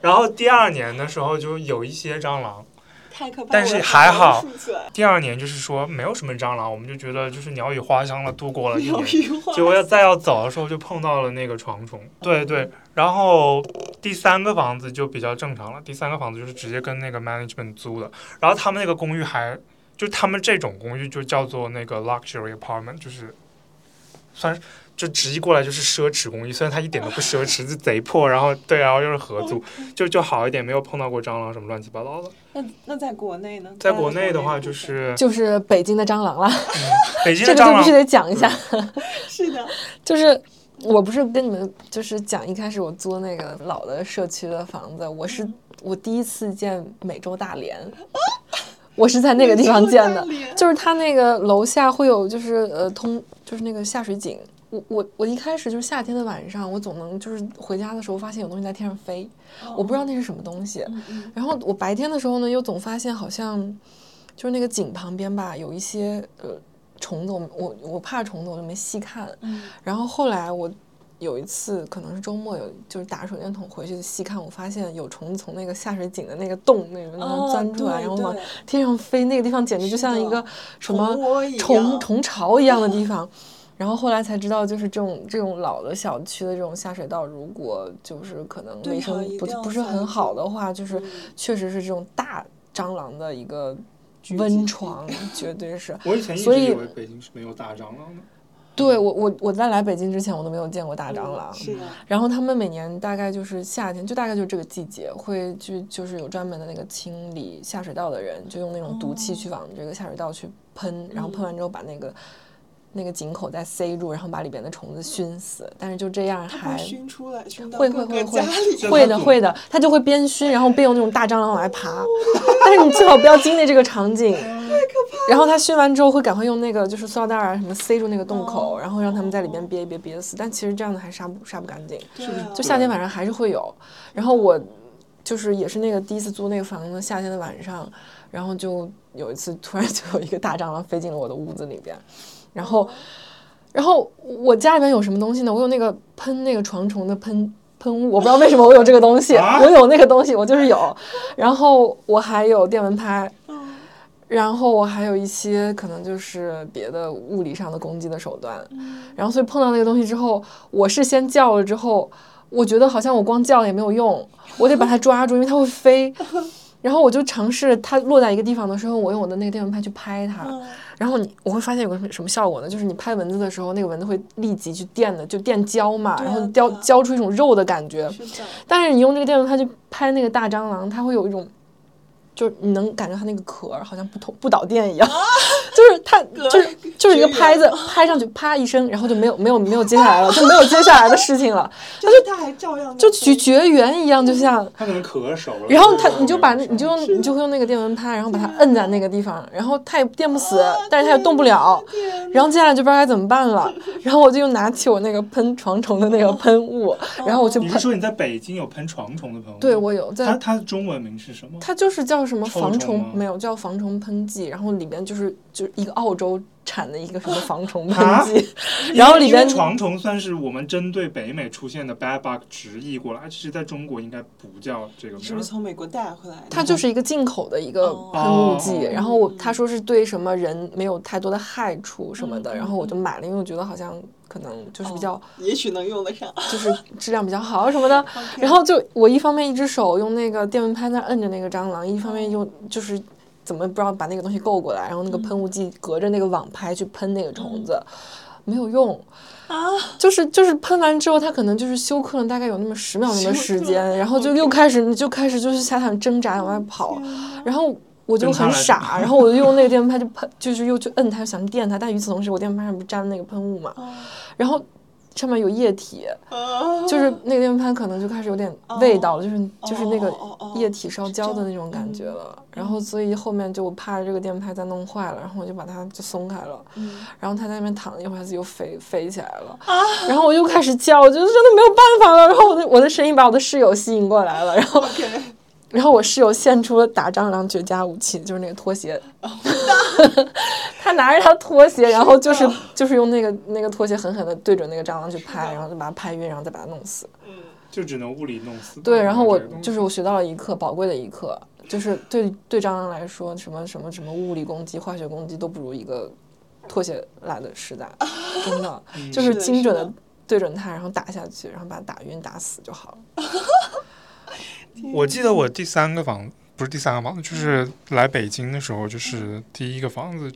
然后第二年的时候就有一些蟑螂。太可怕了，但是我还好竖起来，第二年就是说没有什么蟑螂，我们就觉得就是鸟语花香了，度过了 一有年。一话结果要再要走的时候就碰到了那个床虫，对对。然后第三个房子就比较正常了，第三个房子就是直接跟那个 management 租的，然后他们那个公寓还就他们这种公寓就叫做那个 luxury apartment，就是算是。就直译过来就是奢侈公寓，虽然它一点都不奢侈，就贼破，然后对，然后又是合 租，就就好一点，没有碰到过蟑螂什么乱七八糟的。那那在国内呢？在国内的话，部就分是嗯就是北京的蟑螂啦，北京这的个就蟑必须螂，得讲一下。是的，就是我不是跟你们就是讲一开始我租那个老的社区的房子，我嗯是我第一次见美洲大蠊，我是在那个地方见的美洲大蠊，就是它那个楼下会有就是呃通就是那个下水井。我我我一开始就是夏天的晚上，我总能就是回家的时候发现有东西在天上飞，哦我不知道那是什么东西。嗯然后我白天的时候呢，又总发现好像就是那个井旁边吧，有一些呃虫子，我我我怕虫子，我就没细看。嗯然后后来我有一次可能是周末有就是打手电筒回去细看，我发现有虫子从那个下水井的那个洞那里面哦钻出来，对然后对往天上飞，那个地方简直就是像一的个什么虫窝一样虫虫巢一样的 地方。然后后来才知道，就是这种这种老的小区的这种下水道，如果就是可能对卫呀生一不定要嗯不是塞很住好的话，就是确实是这种大蟑螂的一个温床，绝对 是。我以前一所直以以为北京是没有大蟑螂的。对我我我在来北京之前，我都没有见过大蟑螂。 是的，然后他们每年大概就是夏天，就大概就这个季节会去，就是有专门的那个清理下水道的人，就用那种毒气去哦往这个下水道去喷，然后喷嗯完之后把那个那个井口再塞住，然后把里边的虫子熏死。但是就这样它不还会熏出来，熏到会会各个会会家里。会的会的，它就会边熏，然后边有那种大蟑螂往外爬。 但是你最好不要经历这个场景，太可嗯怕。 然后它熏完之后会赶快用那个就是塑料袋啊什么塞住那个洞口，哦然后让它们在里边憋一憋憋死。但其实这样的还杀不杀不干净。对啊就夏天晚上还是会有。然后我就是也是那个第一次租那个房子，夏天的晚上，然后就有一次突然就有一个大蟑螂飞进了我的屋子里边，然后，然后我家里边有什么东西呢？我有那个喷那个床虫的喷。喷雾，我不知道为什么我有这个东西，我有那个东西，我就是有。然后我还有电蚊拍，哦然后我还有一些可能就是别的物理上的攻击的手段，嗯然后所以碰到那个东西之后，我是先叫了之后，我觉得好像我光叫了也没有用，我得把它抓住，因为它会 飞。然后我就尝试它落在一个地方的时候，我用我的那个电蚊拍去拍它，嗯然后你我会发现有个什么什么效果呢？就是你拍蚊子的时候，那个蚊子会立即去电的，就电焦嘛，对啊然后对焦啊焦出一种肉的感觉。是的，但是你用这个电蚊拍去拍那个大蟑螂，它会有一种，就是你能感觉它那个壳儿好像不透不导电一样， 就是它就是就是一个拍子拍上去啪一声，然后就没有没有没有接下来了，就没有接下来的事情了，就是它还照样就在 绝飞绝缘一样，就像。它可能咳熟了然后它，你就把那，你就用，你就会用那个电蚊拍，然后把它摁在那个地方，然后它也电不死，但是它也动不了。然后接下来就不知道该怎么办了。然后我就又拿起我那个喷床虫的那个喷雾，然后我就你是喷。说你在北京有喷床虫的朋友？对，我有在它它的中文名是什么？它就是叫什么臭防虫虫吗，没有叫防虫喷剂，然后里面就是就是一个澳洲产的一个什么防虫啊喷 剂，然后里因为边床虫算是我们针对北美出现的 bad bug 直译过来，其实在中国应该不叫这个是名不儿是。从美国带回来的？它就是一个进口的一个哦喷雾剂，哦然后我他说是对什么人没有太多的害处什么的，然后我就买了，因为我觉得好像可能就是比较、也许能用得上。就是质量比较好什么的。然后就我一方面一只手用那个电蚊拍那儿摁着那个蟑螂，一方面用就是怎么不知道把那个东西够过来，然后那个喷雾剂隔着那个网拍去喷那个虫子，没有用。啊，就是就是喷完之后，它可能就是休克了，大概有那么十秒钟的时间，然后就又开始，你就开始就是下场挣扎往外跑，然后我就正常很来说傻，然后我就用那个电蚊拍就喷，就是又去摁它，想电它，但与此同时，我电蚊拍上不是沾了那个喷雾嘛，然后上面有液体，啊就是那个电饭可能就开始有点味道了，就是就是那个哦哦哦液体烧焦嗯的那种感觉了。然后所以后面就我怕这个电拍再弄坏了，然后我就把它就松开了。然后它在那边躺了一会儿，它自己又飞飞起来了。然后我又开始叫，我就真的没有办法了。然后我的我的声音把我的室友吸引过来了，然后 OK，然后我室友献出了打蟑螂绝佳武器，就是那个拖鞋。 他拿着他拖鞋，然后就是就是用那个那个拖鞋狠狠的对准那个蟑螂去拍，然后就把它拍晕，然后再把它弄死。就只能物理弄死。对，然后我嗯这个东西就是我学到了一课，宝贵的一课，就是对对蟑螂来说，什么什么什么物理攻击、化学攻击都不如一个拖鞋来的实在，真的嗯就是是的精准是的的对准它，然后打下去，然后把它打晕、打死就好了。我记得我第三个房不是第三个房子，就是来北京的时候，就是第一个房子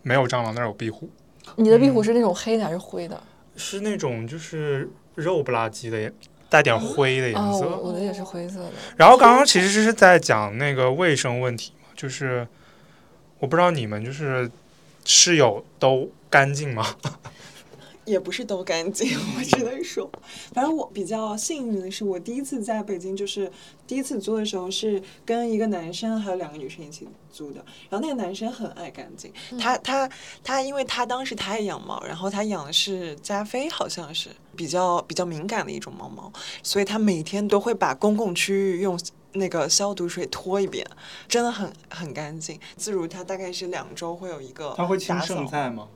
没有蟑螂，但是有壁虎，你的壁虎是那种黑的还是灰的？是那种就是肉不拉几的颜，带点灰的颜哦，色。我我的也是灰色的。然后刚刚其实是在讲那个卫生问题嘛，就是我不知道你们就是室友都干净 吗？也不是都干净， 我只能说，反正我比较幸运的是，我第一次在北京，就是第一次租的时候是跟一个男生还有两个女生一起租的。然后那个男生很爱干净，他他他，因为他当时他也养猫，然后他养的是加菲，好像是比较比较敏感的一种猫猫，所以他每天都会把公共区域用。那个消毒水拖一遍，真的很很干净。自如他大概是两周会有一个打扫，菜吗？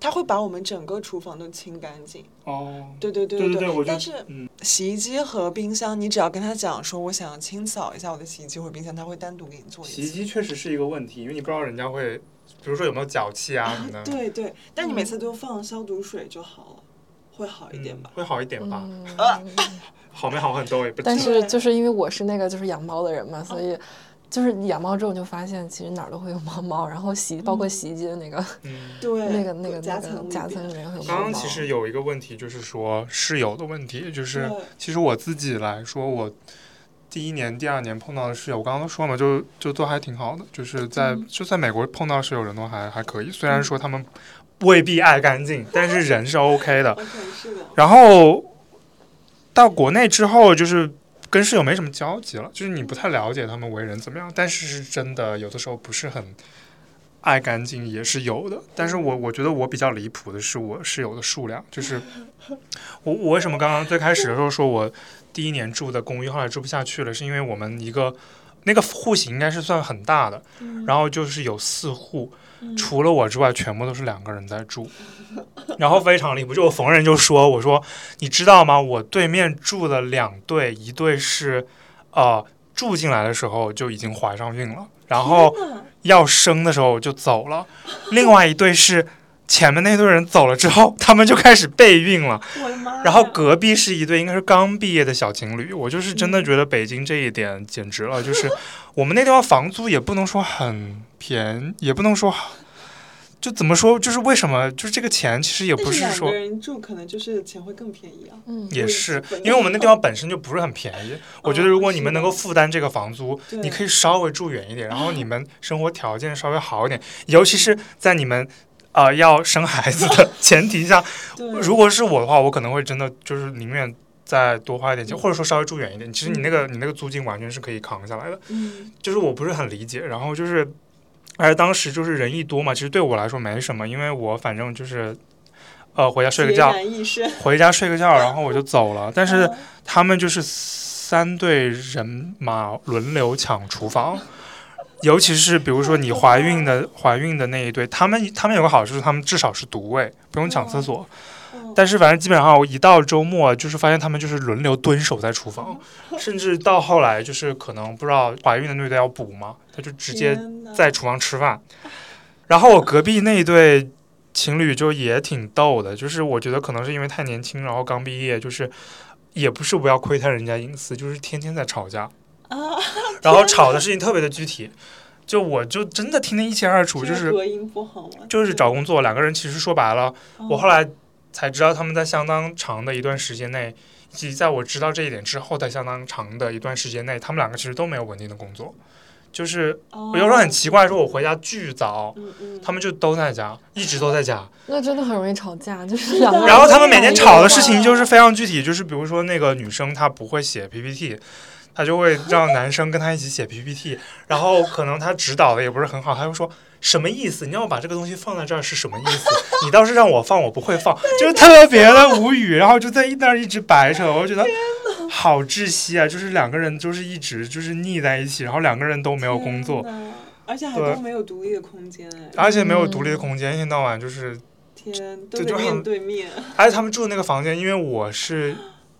他会把我们整个厨房都清干净。哦，对对对对对对我觉得但是嗯洗衣机和冰箱，你只要跟他讲说我想清扫一下我的洗衣机或者冰箱，他会单独给你做一洗衣次。机确实是一个问题，因为你不知道人家会，比如说有没有脚气啊什么的。对对，但你每次都放消毒水就好了，会好一点吧？嗯会好一点吧，嗯，好没好很多我也不知道。 但是就是因为我是那个就是养猫的人嘛，所以就是养猫之后你就发现其实哪儿都会有猫猫，然后洗包括洗衣机的那个、嗯，对，那个那个夹那层个里夹层边里面会有猫刚猫。刚其实有一个问题，就是说室友的问题，就是对其实我自己来说，我第一年、第二年碰到的室友，我刚刚都说嘛，就就都还挺好的，就是在、就在美国碰到室友人都还还可以，虽然说他们未必爱干净，但是人是 OK 的。 OK，是的，然后到国内之后，就是跟室友没什么交集了，就是你不太了解他们为人怎么样，但是是真的有的时候不是很爱干净也是有的。但是我我觉得我比较离谱的是我室友的数量，就是我我为什么刚刚最开始的时候说我第一年住的公寓后来住不下去了，是因为我们一个。那个户型应该是算很大的，然后就是有四户，除了我之外，全部都是两个人在住，然后非常离谱。就我逢人就说，我说你知道吗？我对面住的两对，一对是呃住进来的时候就已经怀上孕了，然后要生的时候就走了；另外一对是前面那对人走了之后，他们就开始备孕了。我的妈呀！然后隔壁是一对应该是刚毕业的小情侣，我就是真的觉得北京这一点简直了，就是我们那地方房租也不能说很便宜，也不能说。就怎么说，就是为什么，就是这个钱其实也但不是两说个人住可能就是钱会更便宜啊。嗯也位是置，因为我们那地方本身就不是很便宜。我觉得如果你们能够哦是的负担这个房租，对你可以稍微住远一点，然后你们生活条件稍微好一点，尤其嗯是在你们呃要生孩子 的前提下，对，如果是我的话，我可能会真的就是宁愿。再多花一嗯点钱，或者说稍微住远一点，其实你那个你那个租金完全是可以扛下来的。嗯就是我不是很理解，然后就是，而且当时就是人一多嘛，其实对我来说没什么，因为我反正就是，呃，回家睡个孑觉，然一身，回家睡个觉，然后我就走了。但是嗯他们就是三队人马轮流抢厨房，尤其是比如说你怀孕的怀孕的那一对，他们他们有个好处，他们至少是独卫，不用抢厕所。哦但是反正基本上我一到周末，就是发现他们就是轮流蹲守在厨房，甚至到后来就是可能不知道怀孕的那对要补嘛，他就直接天哪在厨房吃饭。然后我隔壁那一对情侣就也挺逗的，就是我觉得可能是因为太年轻，然后刚毕业，就是也不是不要窥探人家隐私，就是天天在吵架，啊，然后吵的事情特别的具体，就我就真的听得一清二楚，就这个是隔音不好吗？就是找工作，两个人其实说白了，我后来来才知道他们在相当长的一段时间内，以及在我知道这一点之后的相当长的一段时间内，他们两个其实都没有稳定的工作。就是哦我有时候很奇怪，说我回家巨早，嗯嗯，他们就都在家，一直都在家。那真的很容易吵架，就是两个人。然后他们每天吵的事情就是非常具体，就是比如说那个女生她不会写 PPT，她就会让男生跟她一起写 PPT，然后可能她指导的也不是很好，她就说什么意思？你让我把这个东西放在这儿是什么意思？你倒是让我放，我不会放，就是特别的无语，然后就在那儿一直白扯，我觉得好窒息啊！就是两个人就是一直就是腻在一起，然后两个人都没有工作，天哪，而且还对都没有独立的空间哎，而且没有独立的空间，一天到晚就是天，都这得就面很对面，而哎且他们住的那个房间，因为我是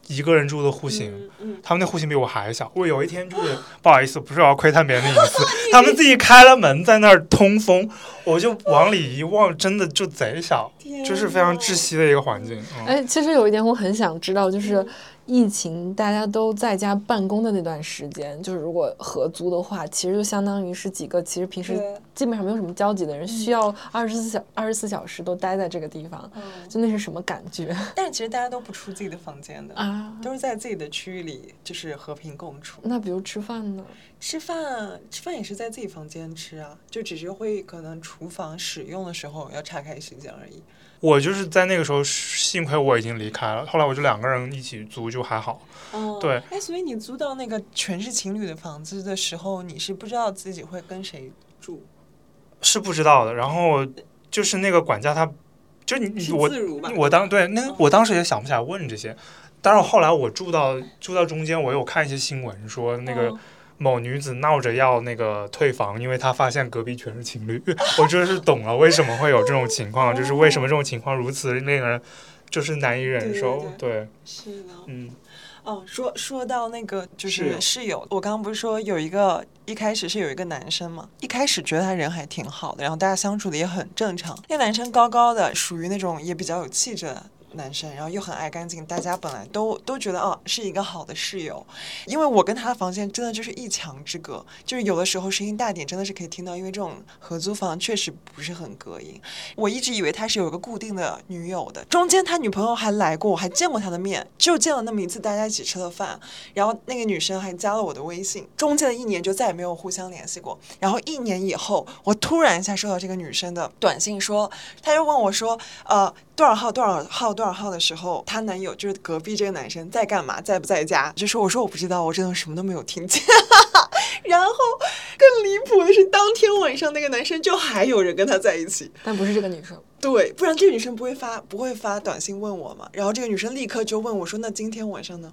一个人住的户型，嗯嗯，他们那户型比我还小。我有一天就是不好意思，不是我要窥探别人的隐 私，他们自己开了门在那儿通风，我就往里一望，真的就贼小，天就是非常呐窒。息的一个环境。嗯，哎，其实有一点我很想知道，就是疫情大家都在家办公的那段时间，就是如果合租的话，其实就相当于是几个其实平时对嗯基本上没有什么交集的人，需要二十四小二十四小时都待在这个地方，嗯就那是什么感 觉但是其实大家都不出自己的房间的，啊？都是在自己的区域里，就是和平共处。那比如吃饭呢？吃饭吃饭也是在自己房间吃啊，就只是会可能厨房使用的时候要岔开时间而已。我就是在那个时候，幸亏我已经离开了。后来我就两个人一起租，就还好。哦对哎，所以你租到那个全是情侣的房子的时候，你是不知道自己会跟谁住，是不知道的。然后就是那个管家他，就你你是我自如吧？我当对那嗯我当时也想不起来问这些，但是后来我住到住到中间，我有看一些新闻说那个嗯某女子闹着要那个退房，因为她发现隔壁全是情侣， 我就是懂了为什么会有这种情况，就是为什么这种情况如此令人就是难以忍对受。对对，是的， 嗯，哦，说说到那个就室是友室友，我刚刚不是说有一个一开始是有一个男生嘛，一开始觉得他人还挺好的，然后大家相处的也很正常。那男生高高的，属于那种也比较有气质的。男生，然后又很爱干净，大家本来都都觉得啊是一个好的室友，因为我跟他的房间真的就是一墙之隔，就是有的时候声音大点真的是可以听到，因为这种合租房确实不是很隔音。我一直以为他是有一个固定的女友的，中间他女朋友还来过，我还见过他的面，就见了那么一次，大家一起吃了饭，然后那个女生还加了我的微信，中间的一年就再也没有互相联系过。然后一年以后，我突然一下收到这个女生的短信说，她就问我说，呃，多少号多少号多少号的时候，她男友就是隔壁这个男生在干嘛，在不在家？就说我说我不知道，我真的什么都没有听见。 然后更离谱的是，当天晚上那个男生就还有人跟他在一起，但不是这个女生，对，不然这个女生不会发不会发短信问我嘛。然后这个女生立刻就问我说：“那今天晚上呢？”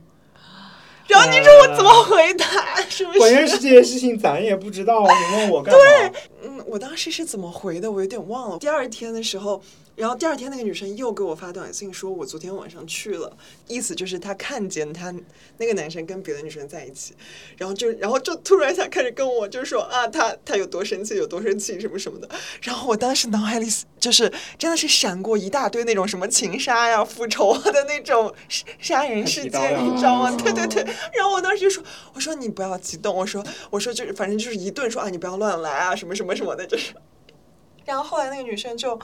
然后你说我怎么回答？是不是？是这些事情咱也不知道，你问我干嘛？嗯，我当时是怎么回的，我有点忘了。第二天的时候，然后第二天那个女生又给我发短信说：“我昨天晚上去了。”意思就是她看见她那个男生跟别的女生在一起，然后就然后就突然一下开始跟我就说啊，他他有多生气，有多生气什么什么的。然后我当时脑海里就是真的是闪过一大堆那种什么情杀呀、复仇啊的那种杀杀人事还提件，刀呀你知道吗？对对对。然后我当时就说，我说你不要激动，我说我说就是反正就是一顿说啊，你不要乱来啊，什么什么什么的，就是。然后后来那个女生就，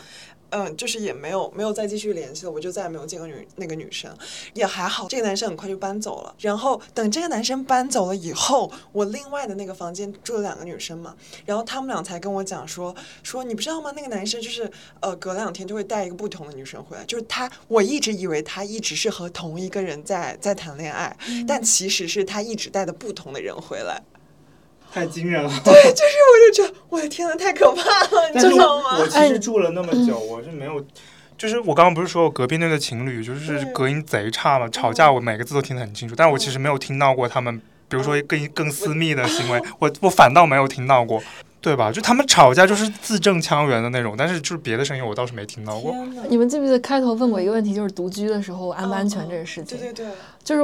嗯、就是也没有没有再继续联系了，我就再也没有见过女那个女生，也还好，这个男生很快就搬走了。然后等这个男生搬走了以后，我另外的那个房间住了两个女生嘛，然后他们俩才跟我讲说说你不知道吗？那个男生就是呃隔两天就会带一个不同的女生回来，就是他，我一直以为他一直是和同一个人在在谈恋爱，但其实是他一直带的不同的人回来。太惊人了！对，就是我就觉得我的天呐，太可怕 了，你但是知道吗？我其实住了那么久，我是没有，就是我刚刚不是说我隔壁那对情侣就是对嗯隔音贼差嘛，吵架我每个字都听得很清楚，但我嗯 其实没有听到过他们，比如说更更私密的行为，我我反倒没有听到过。对吧？就他们吵架就是字正腔圆的那种，但是就是别的声音我倒是没听到过。天啊哪！你们记不记得开头问我一个问题，就是独居的时候安不安全这个事情？哦对对对，就是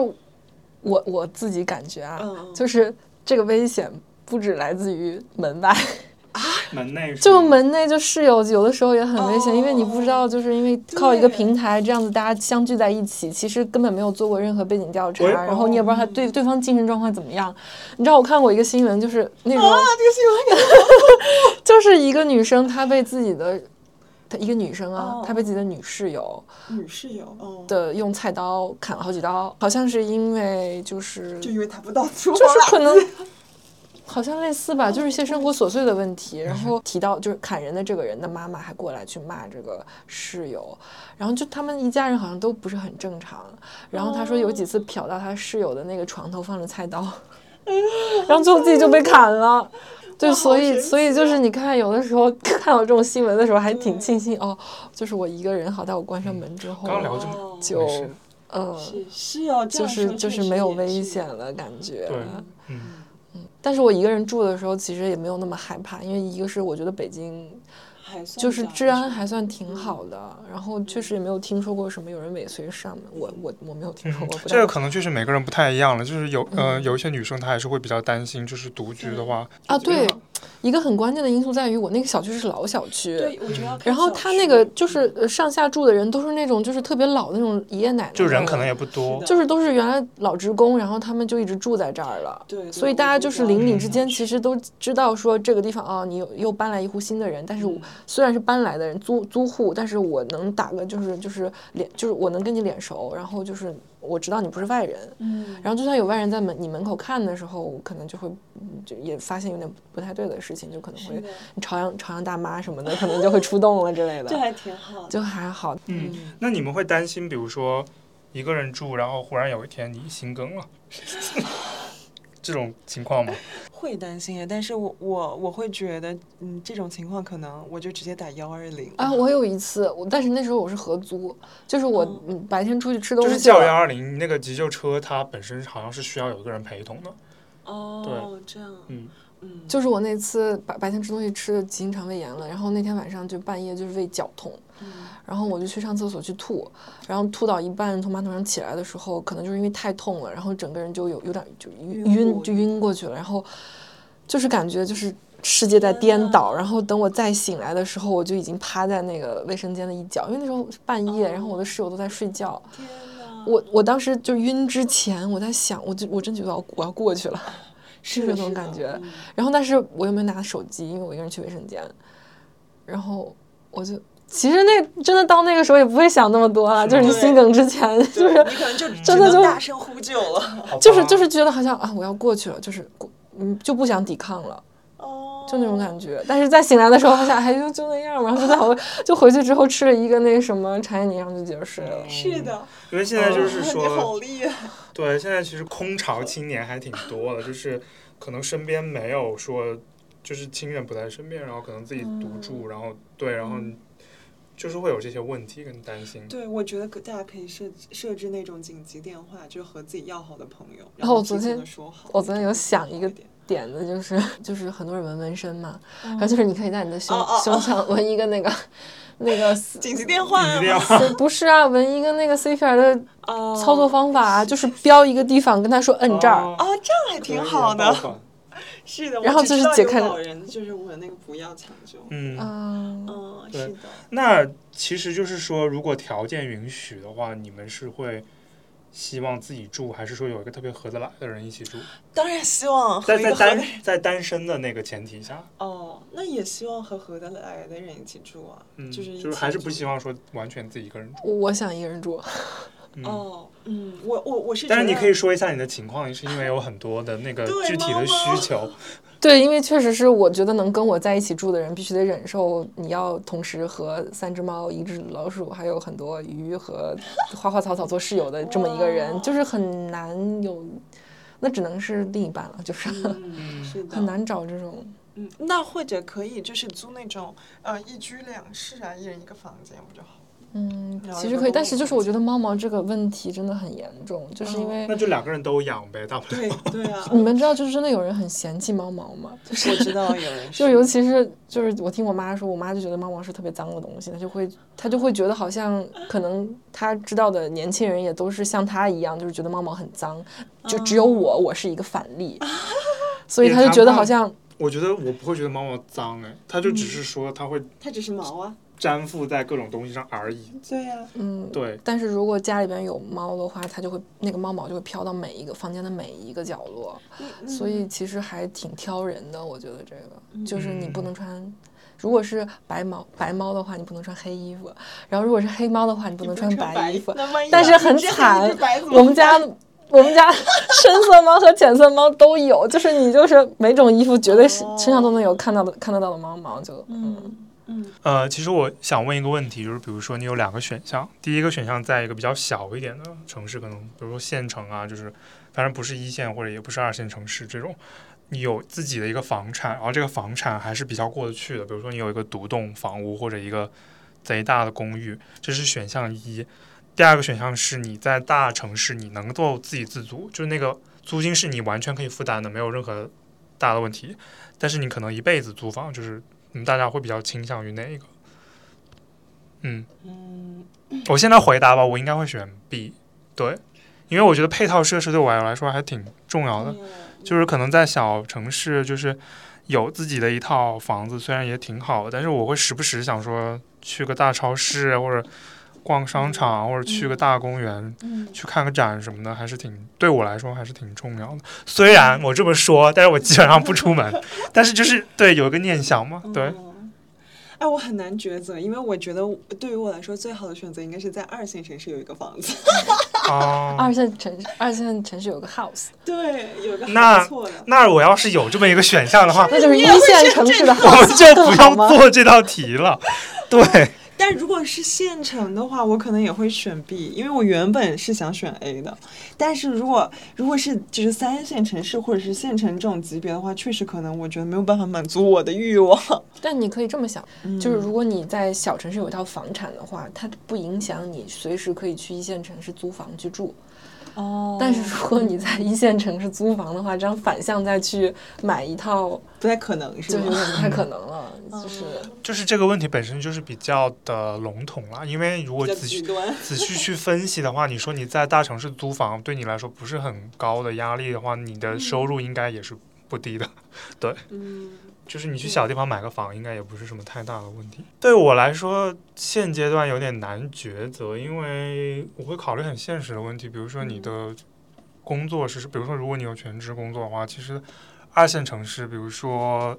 我我自己感觉啊，嗯嗯就是这个危险不只来自于门外，嗯门内就门内就室友有的时候也很危险，哦因为你不知道，就是因为靠一个对平台这样子大家相聚在一起，其实根本没有做过任何背景调查，喂然后你也不知道他哦对对方精神状况怎么样。你知道我看过一个新闻，就是那种、啊，这个新闻 感就是一个女生她被自己的。她一个女生啊哦她被自己的女室友觉女室友，哦，的用菜刀砍了好几刀，好像是因为就是就以为他不到厨就房是了，可能好像类似吧，就是一些生活琐碎的问题。然后提到就是砍人的这个人的妈妈还过来去骂这个室友，然后就他们一家人好像都不是很正常。然后他说有几次瞟到他室友的那个床头放着菜 刀，然后最后自己就被砍了。对，哇所好以神奇所以就是啊你看，有的时候看到这种新闻的时候，还挺对庆幸哦，就是我一个人，好在我关上门之嗯后，刚聊这么哦就没事嗯，是是哦，这就样是说就确是实没有也危是险了，感觉。对嗯嗯，但是我一个人住的时候，其实也没有那么害怕，因为一个是我觉得北京还算就是比较治安安全还算挺好的，嗯然后确实也没有听说过什么有人尾随上门，我我我没有听说过。不这个太可能确实每个人不太一样了，就是有呃嗯有一些女生她还是会比较担心，就是独居嗯的话，啊，就觉得对，一个很关键的因素在于我那个小区是老小区。对，我觉得要看然后小他区嗯那个就是呃上下住的人都是那种就是特别老的那种爷爷奶奶，就人可能也不多是的，就是都是原来老职工，然后他们就一直住在这儿了。对，对所以我大家觉就得是邻里嗯之间其实都知道说这个地方啊，你又又搬来一户新的人，但嗯是我虽然是搬来的人租租户，但是我能打个就是就是脸就是我能跟你脸熟，然后就是我知道你不是外人，嗯，然后就算有外人在门你门口看的时候，我可能就会嗯就也发现有点不太对的事情，就可能是会的你朝阳朝阳大妈什么的，可能就会出动了之类这的，还挺好 的。就还好。嗯，那你们会担心，比如说一个人住，然后忽然有一天你心梗了， 这种情 况吗？会担心耶，但是我我我会觉得，嗯，这种情况可能我就直接打幺二零啊，我有一次，我但是那时候我是合租，就是我哦嗯白天出去吃东就西了，是叫幺二零那个急救车，它本身好像是需要有一个人陪同的。哦，这样，嗯嗯，就是我那次白白天吃东西吃的急性肠胃炎了，然后那天晚上就半夜就是胃绞痛，嗯然后我就去上厕所去吐，然后吐到一半从马桶上起来的时候，可能就是因为太痛了，然后整个人就有有点就晕晕过晕就晕过去了，然后就是感觉就是世界在颠倒，然后等我再醒来的时候，我就已经趴在那个卫生间的一角，因为那时候是半夜，然后哦我的室友都在睡觉，天哪，我我当时就晕之前我在想，我就我真觉得我要我要过去了。是是的这种是的感觉嗯然后但是我又没拿手机，因为我一个人去卫生间，然后我就其实那真的到那个时候也不会想那么多啊，就是你对心梗之前就对是你可能就只真的能就大声嗯呼救了，好吧 就是就是觉得好像啊我要过去了，就是过嗯就不想抵抗了，哦，就那种感觉。但是在醒来的时候，好像哎就就那样吧，然后就在我就回去之后吃了一个那什么茶叶泥，然后就接着睡了。是的，因为现在就是哇说， 你哦好厉害，对，现在其实空巢青年还挺多的，就是可能身边没有说，就是亲人不在身边，然后可能自己独嗯住，然后对，然后就是会有这些问题跟担心。对，我觉得可大家可以设置设置那种紧急电话，就和自己要好的朋友，然然哦后我后昨提前天地说好，我昨天有想一个点，点子就是 就是很多人纹纹身嘛，然后嗯就是你可以在你的胸哦哦哦胸上纹一个那个那个紧急电嗯话一定要吗不是啊，纹一个那个 CPR 的哦操作方法啊，就是标一个地方，跟他说摁这儿，哦，这样还挺好的。的。是的，然我后只就是知道解有开老了人就是我那个不要抢救。嗯，嗯，嗯，对是的，那其实就是说，如果条件允许的话，你们是会希望自己住，还是说有一个特别合得来的人一起住？当然希望和在一在个合得单在单身的那个前提下，哦，那也希望和合得来的人一起住啊，嗯，就是一就起是还是不住希望说完全自己一个人住。我我想一个人住，嗯。哦，嗯，我我我是觉得，但是你可以说一下你的情况，是因为有很多的那个对具体的需 求，对，因为确实是我觉得能跟我在一起住的人必须得忍受，你要同时和三只猫、一只老鼠，还有很多鱼和花花草草做室友的这么一个人哇，就是很难有，那只能是另一半了，就是嗯，是的，很。难找这种。嗯， 啊那或者可以就是租那种呃一居两室啊，一人一个房间不就好？嗯然，后其有实个可以，动但物是就是环我觉得猫毛这个问题真的很严重，就是因为那就两个人都养呗，大不了。对对啊， 你们知道，就是真的有人很嫌弃猫毛吗？就是 我知道有人就是尤其是就是我听我妈说，我妈就觉得猫毛是特别脏的东西，她就会她就会觉得好像可能她知道的年轻人也都是像她一样，就是觉得猫毛很脏，就只有我我是一个反 例，所以她就觉得好像我觉得我不会觉得猫毛脏哎，它就嗯只是说它会它只是毛啊，粘附在各种东西上而已。对呀、啊，嗯。对，但是如果家里边有猫的话，它就会那个猫毛就会飘到每一个房间的每一个角落，嗯所以其实还挺挑人的。我觉得这个就是你不能穿，如果是白毛白猫的话，你不能穿黑衣服；然后如果是黑猫的话，你不能穿白衣服。那万一但是一很只黑惨一只白怎，么我们家我们家深色猫和浅色猫都有，就是你就是每种衣服绝对是身上都能有看到的看得到的猫毛，就哦嗯呃，其实我想问一个问题，就是比如说你有两个选项，第一个选项在一个比较小一点的城市，可能比如说县城啊，就是当然不是一线或者也不是二线城市这种，你有自己的一个房产，然后这个房产还是比较过得去的，比如说你有一个独栋房屋或者一个贼大的公寓，这是选项一。第二个选项是你在大城市，你能够自给自足，就是那个租金是你完全可以负担的，没有任何大的问题。但是你可能一辈子租房，就是嗯，大家会比较倾向于哪一个？嗯，嗯，我现在回答吧，我应该会选 B。对，因为我觉得配套设施对我来说还挺重要的。嗯就是可能在小城市，就是有自己的一套房子，虽然也挺好，但是我会时不时想说去个大超市，或者逛商场，或者去个大公园，去看个展什么的，还是挺对我来说还是挺重要的。虽然我这么说，但是我基本上不出门，但是就是对有一个念想嘛，对，嗯哎，我很难抉择，因为我觉得我对于我来说，最好的选择应该是在二线城市有一个房子。哦。二线城市二线城市有个 house，对， 有个还那不错的。那我要是有这么一个选项的话，那就是一线城市的 我 house 们就不好用吗做这道题了。对，但如果是县城的话，我可能也会选 B，因为我原本是想选 A 的。但是如果如果是就是三线城市或者是县城这种级别的话，确实可能我觉得没有办法满足我的欲望。但你可以这么想，就是如果你在小城市有一套房产的话，它不影响你随时可以去一线城市租房去住。哦但是如果你在一线城市租房的话，这样反向再去买一套， 不太可能是就有吗？点不太可能 了。就是就是这个问题本身就是比较的笼统啦，因为如果比较仔极细 端。仔细去分析的话，你说你在大城市租房对你来说不是很高的压力的话，你的收入应该也是不低的。嗯，就是你去小地方买个房，应该也不是什么太大的问题。对我来说，现阶段有点难抉择，因为我会考虑很现实的问题，比如说你的工作是，比如说如果你有全职工作的话，其实二线城市，比如说。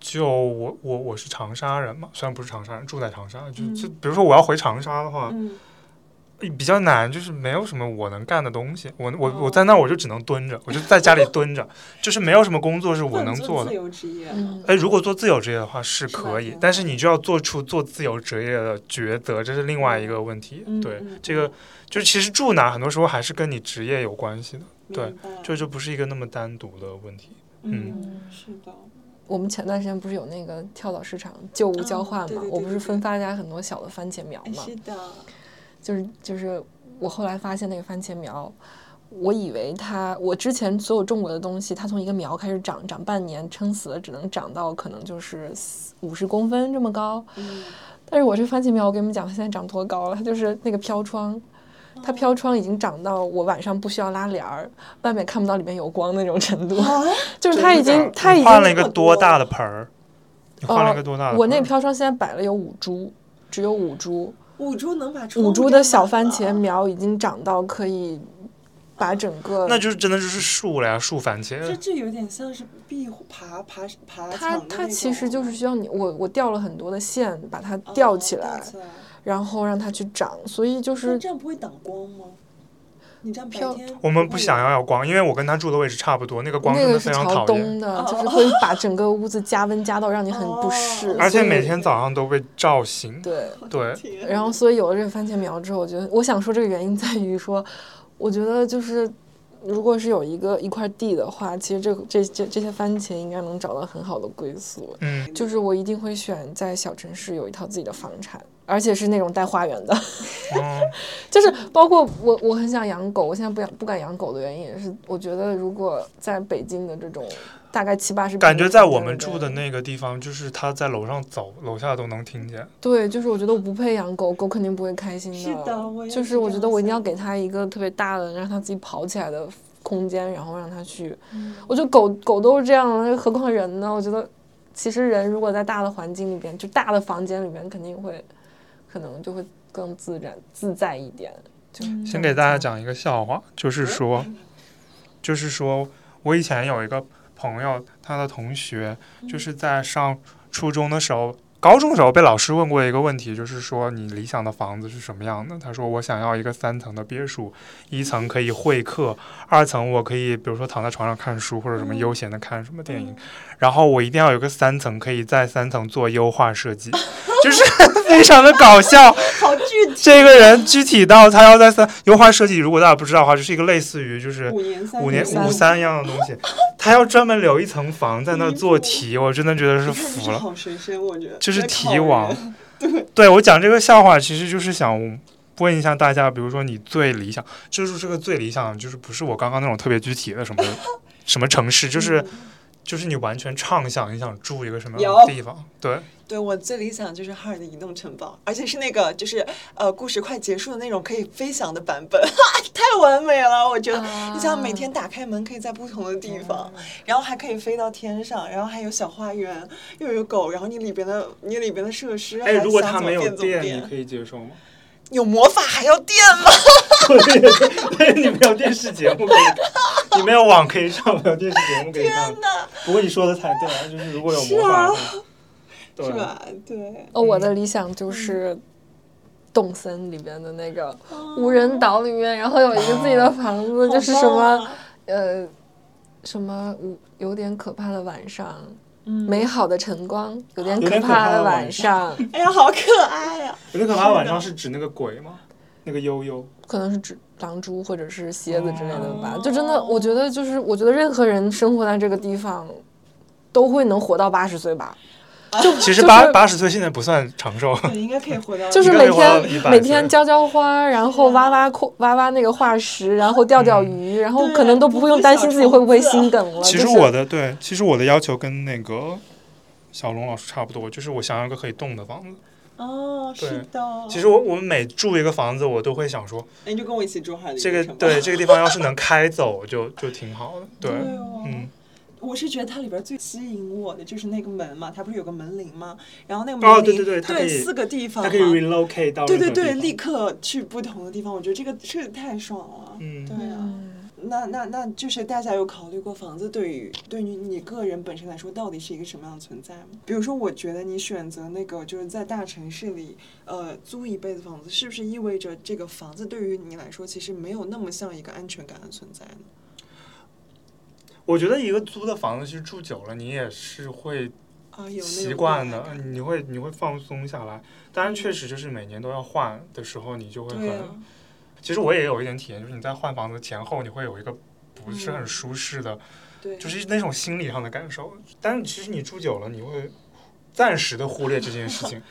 就我我我是长沙人嘛，虽然不是长沙人，住在长沙，就就比如说我要回长沙的话，嗯比较难，就是没有什么我能干的东西。我我我在那儿我就只能蹲着，我就在家里蹲着，就是没有什么工作是我能做不能自的。由职业吗，嗯，哎，如果做自由职业的话是是吧可以嗯，但是你就要做出做自由职业的抉择，这是另外一个问题。嗯对嗯，这个就是其实住哪很多时候还是跟你职业有关系的，对明白，这就不是一个那么单独的问题。嗯，是的，我们前段时间不是有那个跳蚤市场旧物交换嘛，嗯对对对我不是分发家很多小的番茄苗嘛，哎是的，啊就是就是我后来发现那个番茄苗，我以为它我之前所有种过的东西，它从一个苗开始长，长半年撑死了只能长到可能就是五十公分这么高。嗯，但是我这番茄苗，我跟你们讲，它现在长多高了，它就是那个飘窗。它飘窗已经长到我晚上不需要拉帘儿，外面看不到里面有光那种程度，哦就是它已经它已你经换了一个啊嗯这么多多大的盆儿？你换了一呃个多大的盆儿？我那飘窗现在摆了有五株，只有五株，五株能把五株株的小番茄苗已经长到可以把整个，那就是真的就是树了呀，树番茄。这这有点像是壁虎爬爬爬它墙的它那其种实就是需要你我我吊了很多的线把它哦吊起吊来，起来，然后让它去长，所以就那是这样不会挡光吗？你这样白飘天我们不不会想有要有光，因为我跟他住的位置差不多，那个光那真个的是非常朝讨厌，东的，就是会把整个屋子加温加到让你很不适哦，而且所以每天早上都被照醒。对。对，天然后，所以有了这个番茄苗之后，我觉得我想说这个原因在于说，我觉得就是如果是有一个一块地的话，其实这这这这些番茄应该能找到很好的归宿。嗯，就是我一定会选在小城市有一套自己的房产，而且是那种带花园的， 嗯就是包括我，我很想养狗，我现在不想不敢养狗的原因也是，我觉得如果在北京的这种大概七八十，感觉在我们住的那个地方，就是他在楼上走，楼下都能听见。对，就是我觉得我不配养狗，狗肯定不会开心的。是的我也就是是我这觉样得我一定想要给它一个特别大的，让它自己跑起来的空间，然后让它去。嗯我觉得狗狗都是这样的，何况人呢？我觉得其实人如果在大的环境里边，就大的房间里边，肯定会可能就会更自然自在一点。就嗯先给大家讲一个笑话，就是说，就是说我以前有一个朋友，他的同学就是在上初中的时候。高中的时候被老师问过一个问题，就是说你理想的房子是什么样的？他说我想要一个三层的别墅，一层可以会客，二层我可以比如说躺在床上看书或者什么悠闲的看什么电影，然后我一定要有个三层，可以在三层做优化设计， 就是非常的搞笑。 好具体，这个人具体到他要在三优化设计，如果大家不知道的话，就是一个类似于就是五年三五年三五三一样的东西，他要专门留一层房在那儿做 题，我真的觉得是你看就是服了，好学生，我觉得就是在考题王人。 对我讲这个笑话，其实就是想问一下大家，比如说你最理想，就是这个最理想，就是不是我刚刚那种特别具体的什 么什么城市，就是就是你完全畅想你想住一个什么样的嗯有地方，对，对我最理想就是哈尔的移动城堡，而且是那个就是呃故事快结束的那种可以飞翔的版本，太完美了！我觉得、你想每天打开门可以在不同的地方，然后还可以飞到天上，然后还有小花园，又有狗，然后你里边的你里边的设施，还想哎它怎么变怎么变以接受吗？有魔法还要电吗？对，你没有电视节目可以看，你没有网可以上，没有电视节目可以看。不过你说的太对了，就是如果有魔法的话，对是吧？对，哦，我的理想嗯就是《动森》里边的那个哦无人岛里面，然后有一个自己的房子，就是什啊么呃什么无有点可怕的晚上，嗯美好的晨光，有点有点可怕怕的的晚晚上，哎呀，好可爱啊呀、有点可怕。晚上是指那个鬼吗？那个悠悠，可能是指狼蛛或者是蝎子之类的吧哦。就真的，我觉得就是我觉得任何人生活在这个地方，都会能活到八十岁吧。其实就八是八十岁现在不算长寿。对，应该可以回 到就是应该每会活到100天每天岁浇浇花，然后啊挖挖矿挖挖那个化石，然后钓钓鱼，然后对可能都不不会会用担小心自己会不会虫子心梗了。嗯啊其就实是我的对，其实我的要求跟那个小龙老师差不多，就是我想要一个可以动的房子。哦，是的，其实我我们每住一个房子，我都会想说，哎，你就跟我一起住哈尔的移这动个城堡对这个地方要是能开走就就挺好的。对，对哦嗯，我是觉得它里边最吸引我的就是那个门嘛，它不是有个门铃吗？然后那个门哦铃、对对对它可以四个地方它嘛，可以 relocate 到对对任何地对，方立刻去不同的地方，我觉得这个这个太爽了。嗯对啊，那那那就是大家有考虑过房子对于对于你个人本身来说到底是一个什么样的存在吗？比如说，我觉得你选择那个就是在大城市里呃租一辈子房子，是不是意味着这个房子对于你来说其实没有那么像一个安全感的存在呢？我觉得一个租的房子，其实住久了，你也是会啊，有那种习惯恋爱的，感你会你会放松下来。当然，确实就是每年都要换的时候，你就会对很。啊，其实我也有一点体验，就是你在换房子前后，你会有一个不是很舒适的，嗯对，就是那种心理上的感受。但是其实你住久了，你会暂时的忽略这件事 情。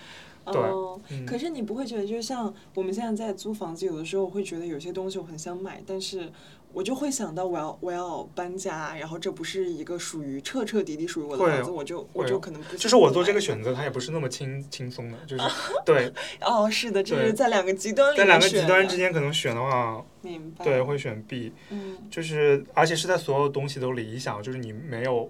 对哦嗯可是你不会觉得，就像我们现在在租房子，有的时候我会觉得有些东西我很想买，但是我就会想到我要我要搬家，然后这不是一个属于彻彻底底属于我的会房子，有我就会我就有可啊能不就是我做这想个买选择，它也不是那么轻轻松的，就是 对，哦，是的，这对是在两个极端里在面两个选极端的之，间可能选的话，明白？对，，会选 B。嗯，就是而且是在所有东西都理想，就是你没有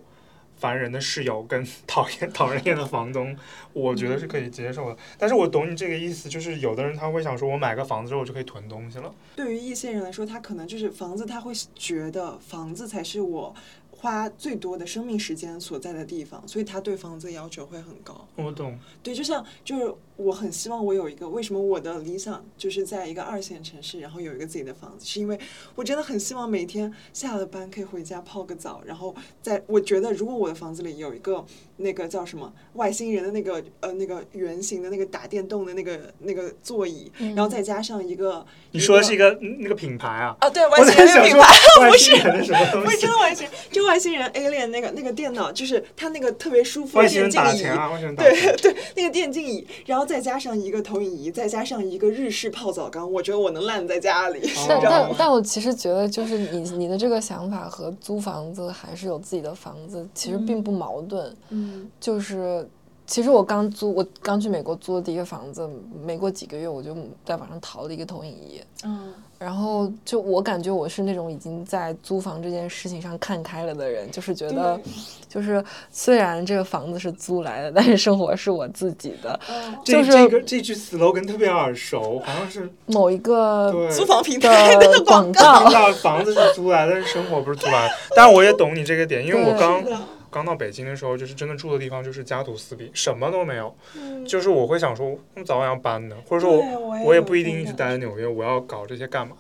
烦人的室友跟 讨厌讨人厌的房东，我觉得是可以接受的。但是我懂你这个意思，就是有的人他会想说，我买个房子之后我就可以囤东西了。对于一些人来说，他可能就是房子，他会觉得房子才是我花最多的生命时间所在的地方，所以他对房子的要求会很高。我懂，对，就像就是我很希望我有一个，为什么我的理想就是在一个二线城市，然后有一个自己的房子，是因为我真的很希望每天下了班可以回家泡个澡，然后在我觉得如果我的房子里有一个那个叫什么外星人的那个呃那个圆形的那个打电动的那个那个座椅，然后再加上一个你说的是一个嗯那个品牌啊？啊对外我星在人的想品说牌，外星人的什么东不是西 真？的外星人，就外星人 Alien 那个那个电脑，就是它那个特别舒服外的星电人竞打椅，钱啊，外星人打对钱。对，那个电竞椅，然后再加上一个投影仪，再加上一个日式泡澡缸，我觉得我能烂在家里，哦 你但知道但吗？但我其实觉得，就是你你的这个想法和租房子还是有自己的房子，其实并不矛盾。嗯，就是其实我刚租，我刚去美国租的第一个房子，没过几个月我就在网上淘了一个投影仪。嗯然后就我感觉我是那种已经在租房这件事情上看开了的人，就是觉得对，就是虽然这个房子是租来的，但是生活是我自己的。嗯，这就是这个这句 slogan 特别耳熟，好像是某一个呃对租房平 台的广告，那房子是租来的，但是生活不是租来的。但是我也懂你这个点，因为我对刚是的刚到北京的时候，就是真的住的地方就是家徒四壁，什么都没有。嗯就是我会想说，我早晚要搬的，或者说对我我也也有不一这定种一直感待在纽约，我要搞这些干嘛？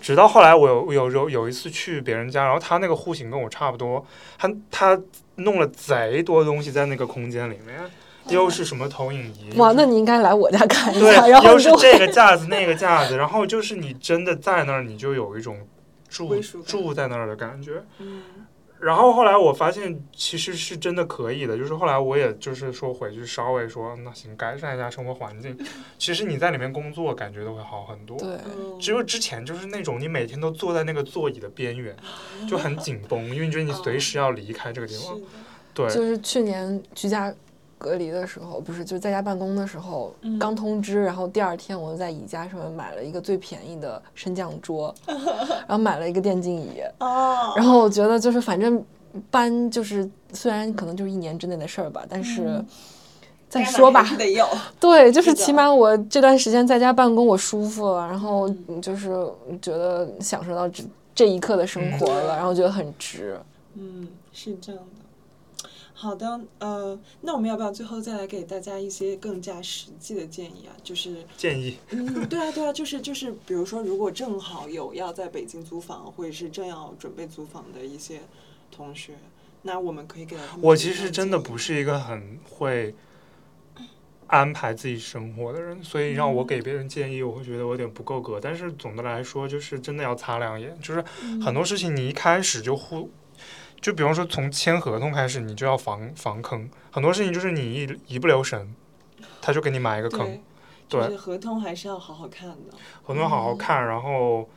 直到后来我有有有有一次去别人家，然后他那个户型跟我差不多，他他弄了贼多东西在那个空间里面，又是什么投影仪，哇，那你应该来我家看一下，然对，后又是就这个架子那个架子，然后就是你真的在那儿，你就有一种住归属感住在那儿的感觉。嗯然后后来我发现其实是真的可以的，就是后来我也就是说回去稍微说那行改善一下生活环 境，其实你在里面工作感觉都会好很多。对。嗯只有之前就是那种你每天都坐在那个座椅的边缘，啊就很紧绷，因为你觉得你随时要离开这个地是方。的对，就是去年居家隔离的时候，不是就在家办公的时候，嗯刚通知，然后第二天我就在宜家上面买了一个最便宜的升降 桌，然后买了一个电竞椅，哦，然后我觉得就是反正搬就是虽然可能就是一年之内的事儿吧，但是再嗯该买说吧还，是得有，对，就是是的起码我这段时间在家办公，我舒服了，然后嗯就是觉得享受到这这一刻的生嗯活了，然后觉得很值。嗯，是这样的。好的，呃，那我们要不要最后再来给大家一些更加实际的建议啊？就是建议嗯，对啊，对啊，就是就是，比如说，如果正好有要在北京租房，或者是正要准备租房的一些同学，那我们可以给到他们我什么其样实真的建议不是一个很会安排自己生活的人，所以让我给别人建议，我会觉得我有点不够格。但是总的来说，就是真的要擦亮眼，就是很多事情你一开始就忽，就比方说从签合同开始，你就要防防坑，很多事情就是你一一不留神，他就给你埋一个坑对。，对就是合同还是要好好看的。很多人好好看，然后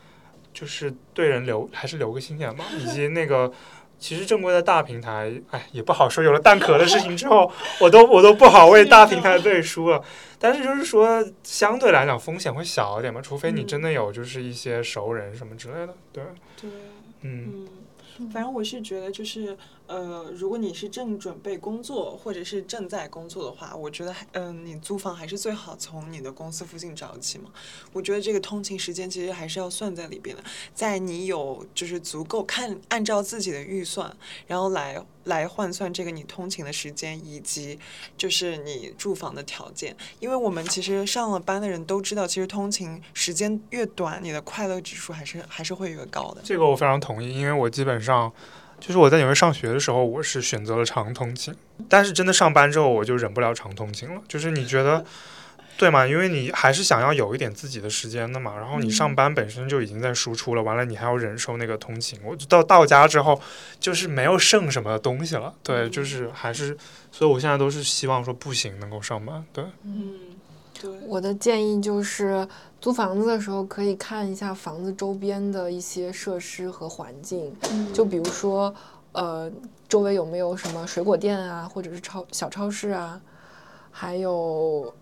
就是对人留还是留个心眼吧，以及那个。其实正规的大平台，哎，也不好说。有了蛋壳的事情之后， 我都我都不好为大平台背书了。但是就是说，相对来讲风险会小一点嘛，除非你嗯真的有就是一些熟人什么之类的。对，对，嗯，嗯，反正我是觉得就是呃，如果你是正准备工作或者是正在工作的话，我觉得还嗯、你租房还是最好从你的公司附近找起嘛。我觉得这个通勤时间其实还是要算在里边的，在你有就是足够看按照自己的预算，然后来来换算这个你通勤的时间以及就是你住房的条件，因为我们其实上了班的人都知道，其实通勤时间越短，你的快乐指数还是还是会越高的。这个我非常同意，因为我基本上就是我在纽约上学的时候，我是选择了长通勤，但是真的上班之后，我就忍不了长通勤了。就是你觉得，对嘛？因为你还是想要有一点自己的时间的嘛。然后你上班本身就已经在输出了，完了你还要忍受那个通勤，我就到到家之后就是没有剩什么东西了。对，就是还是，所以我现在都是希望说不行能够上班。对，嗯，对，我的建议就是，租房子的时候可以看一下房子周边的一些设施和环境，嗯就比如说，呃，周围有没有什么水果店啊，或者是超小超市啊，还有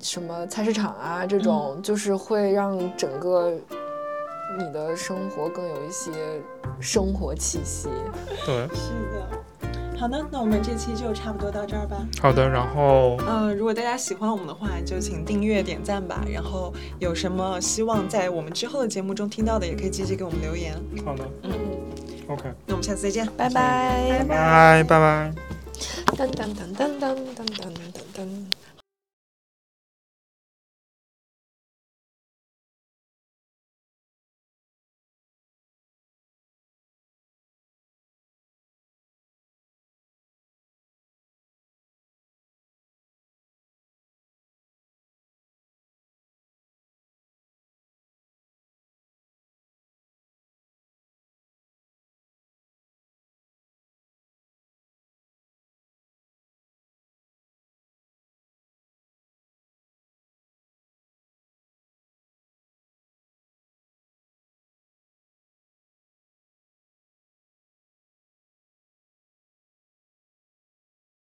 什么菜市场啊，这种、就是会让整个你的生活更有一些生活气息。对，是的。好的，那我们这期就差不多到这儿吧。好的。然后嗯、如果大家喜欢我们的话，就请订阅、点赞吧。然后有什么希望在我们之后的节目中听到的，也可以积极给我们留言。好的，OK，那我们下次再见。拜拜，拜拜拜。噔噔噔噔噔噔噔噔噔。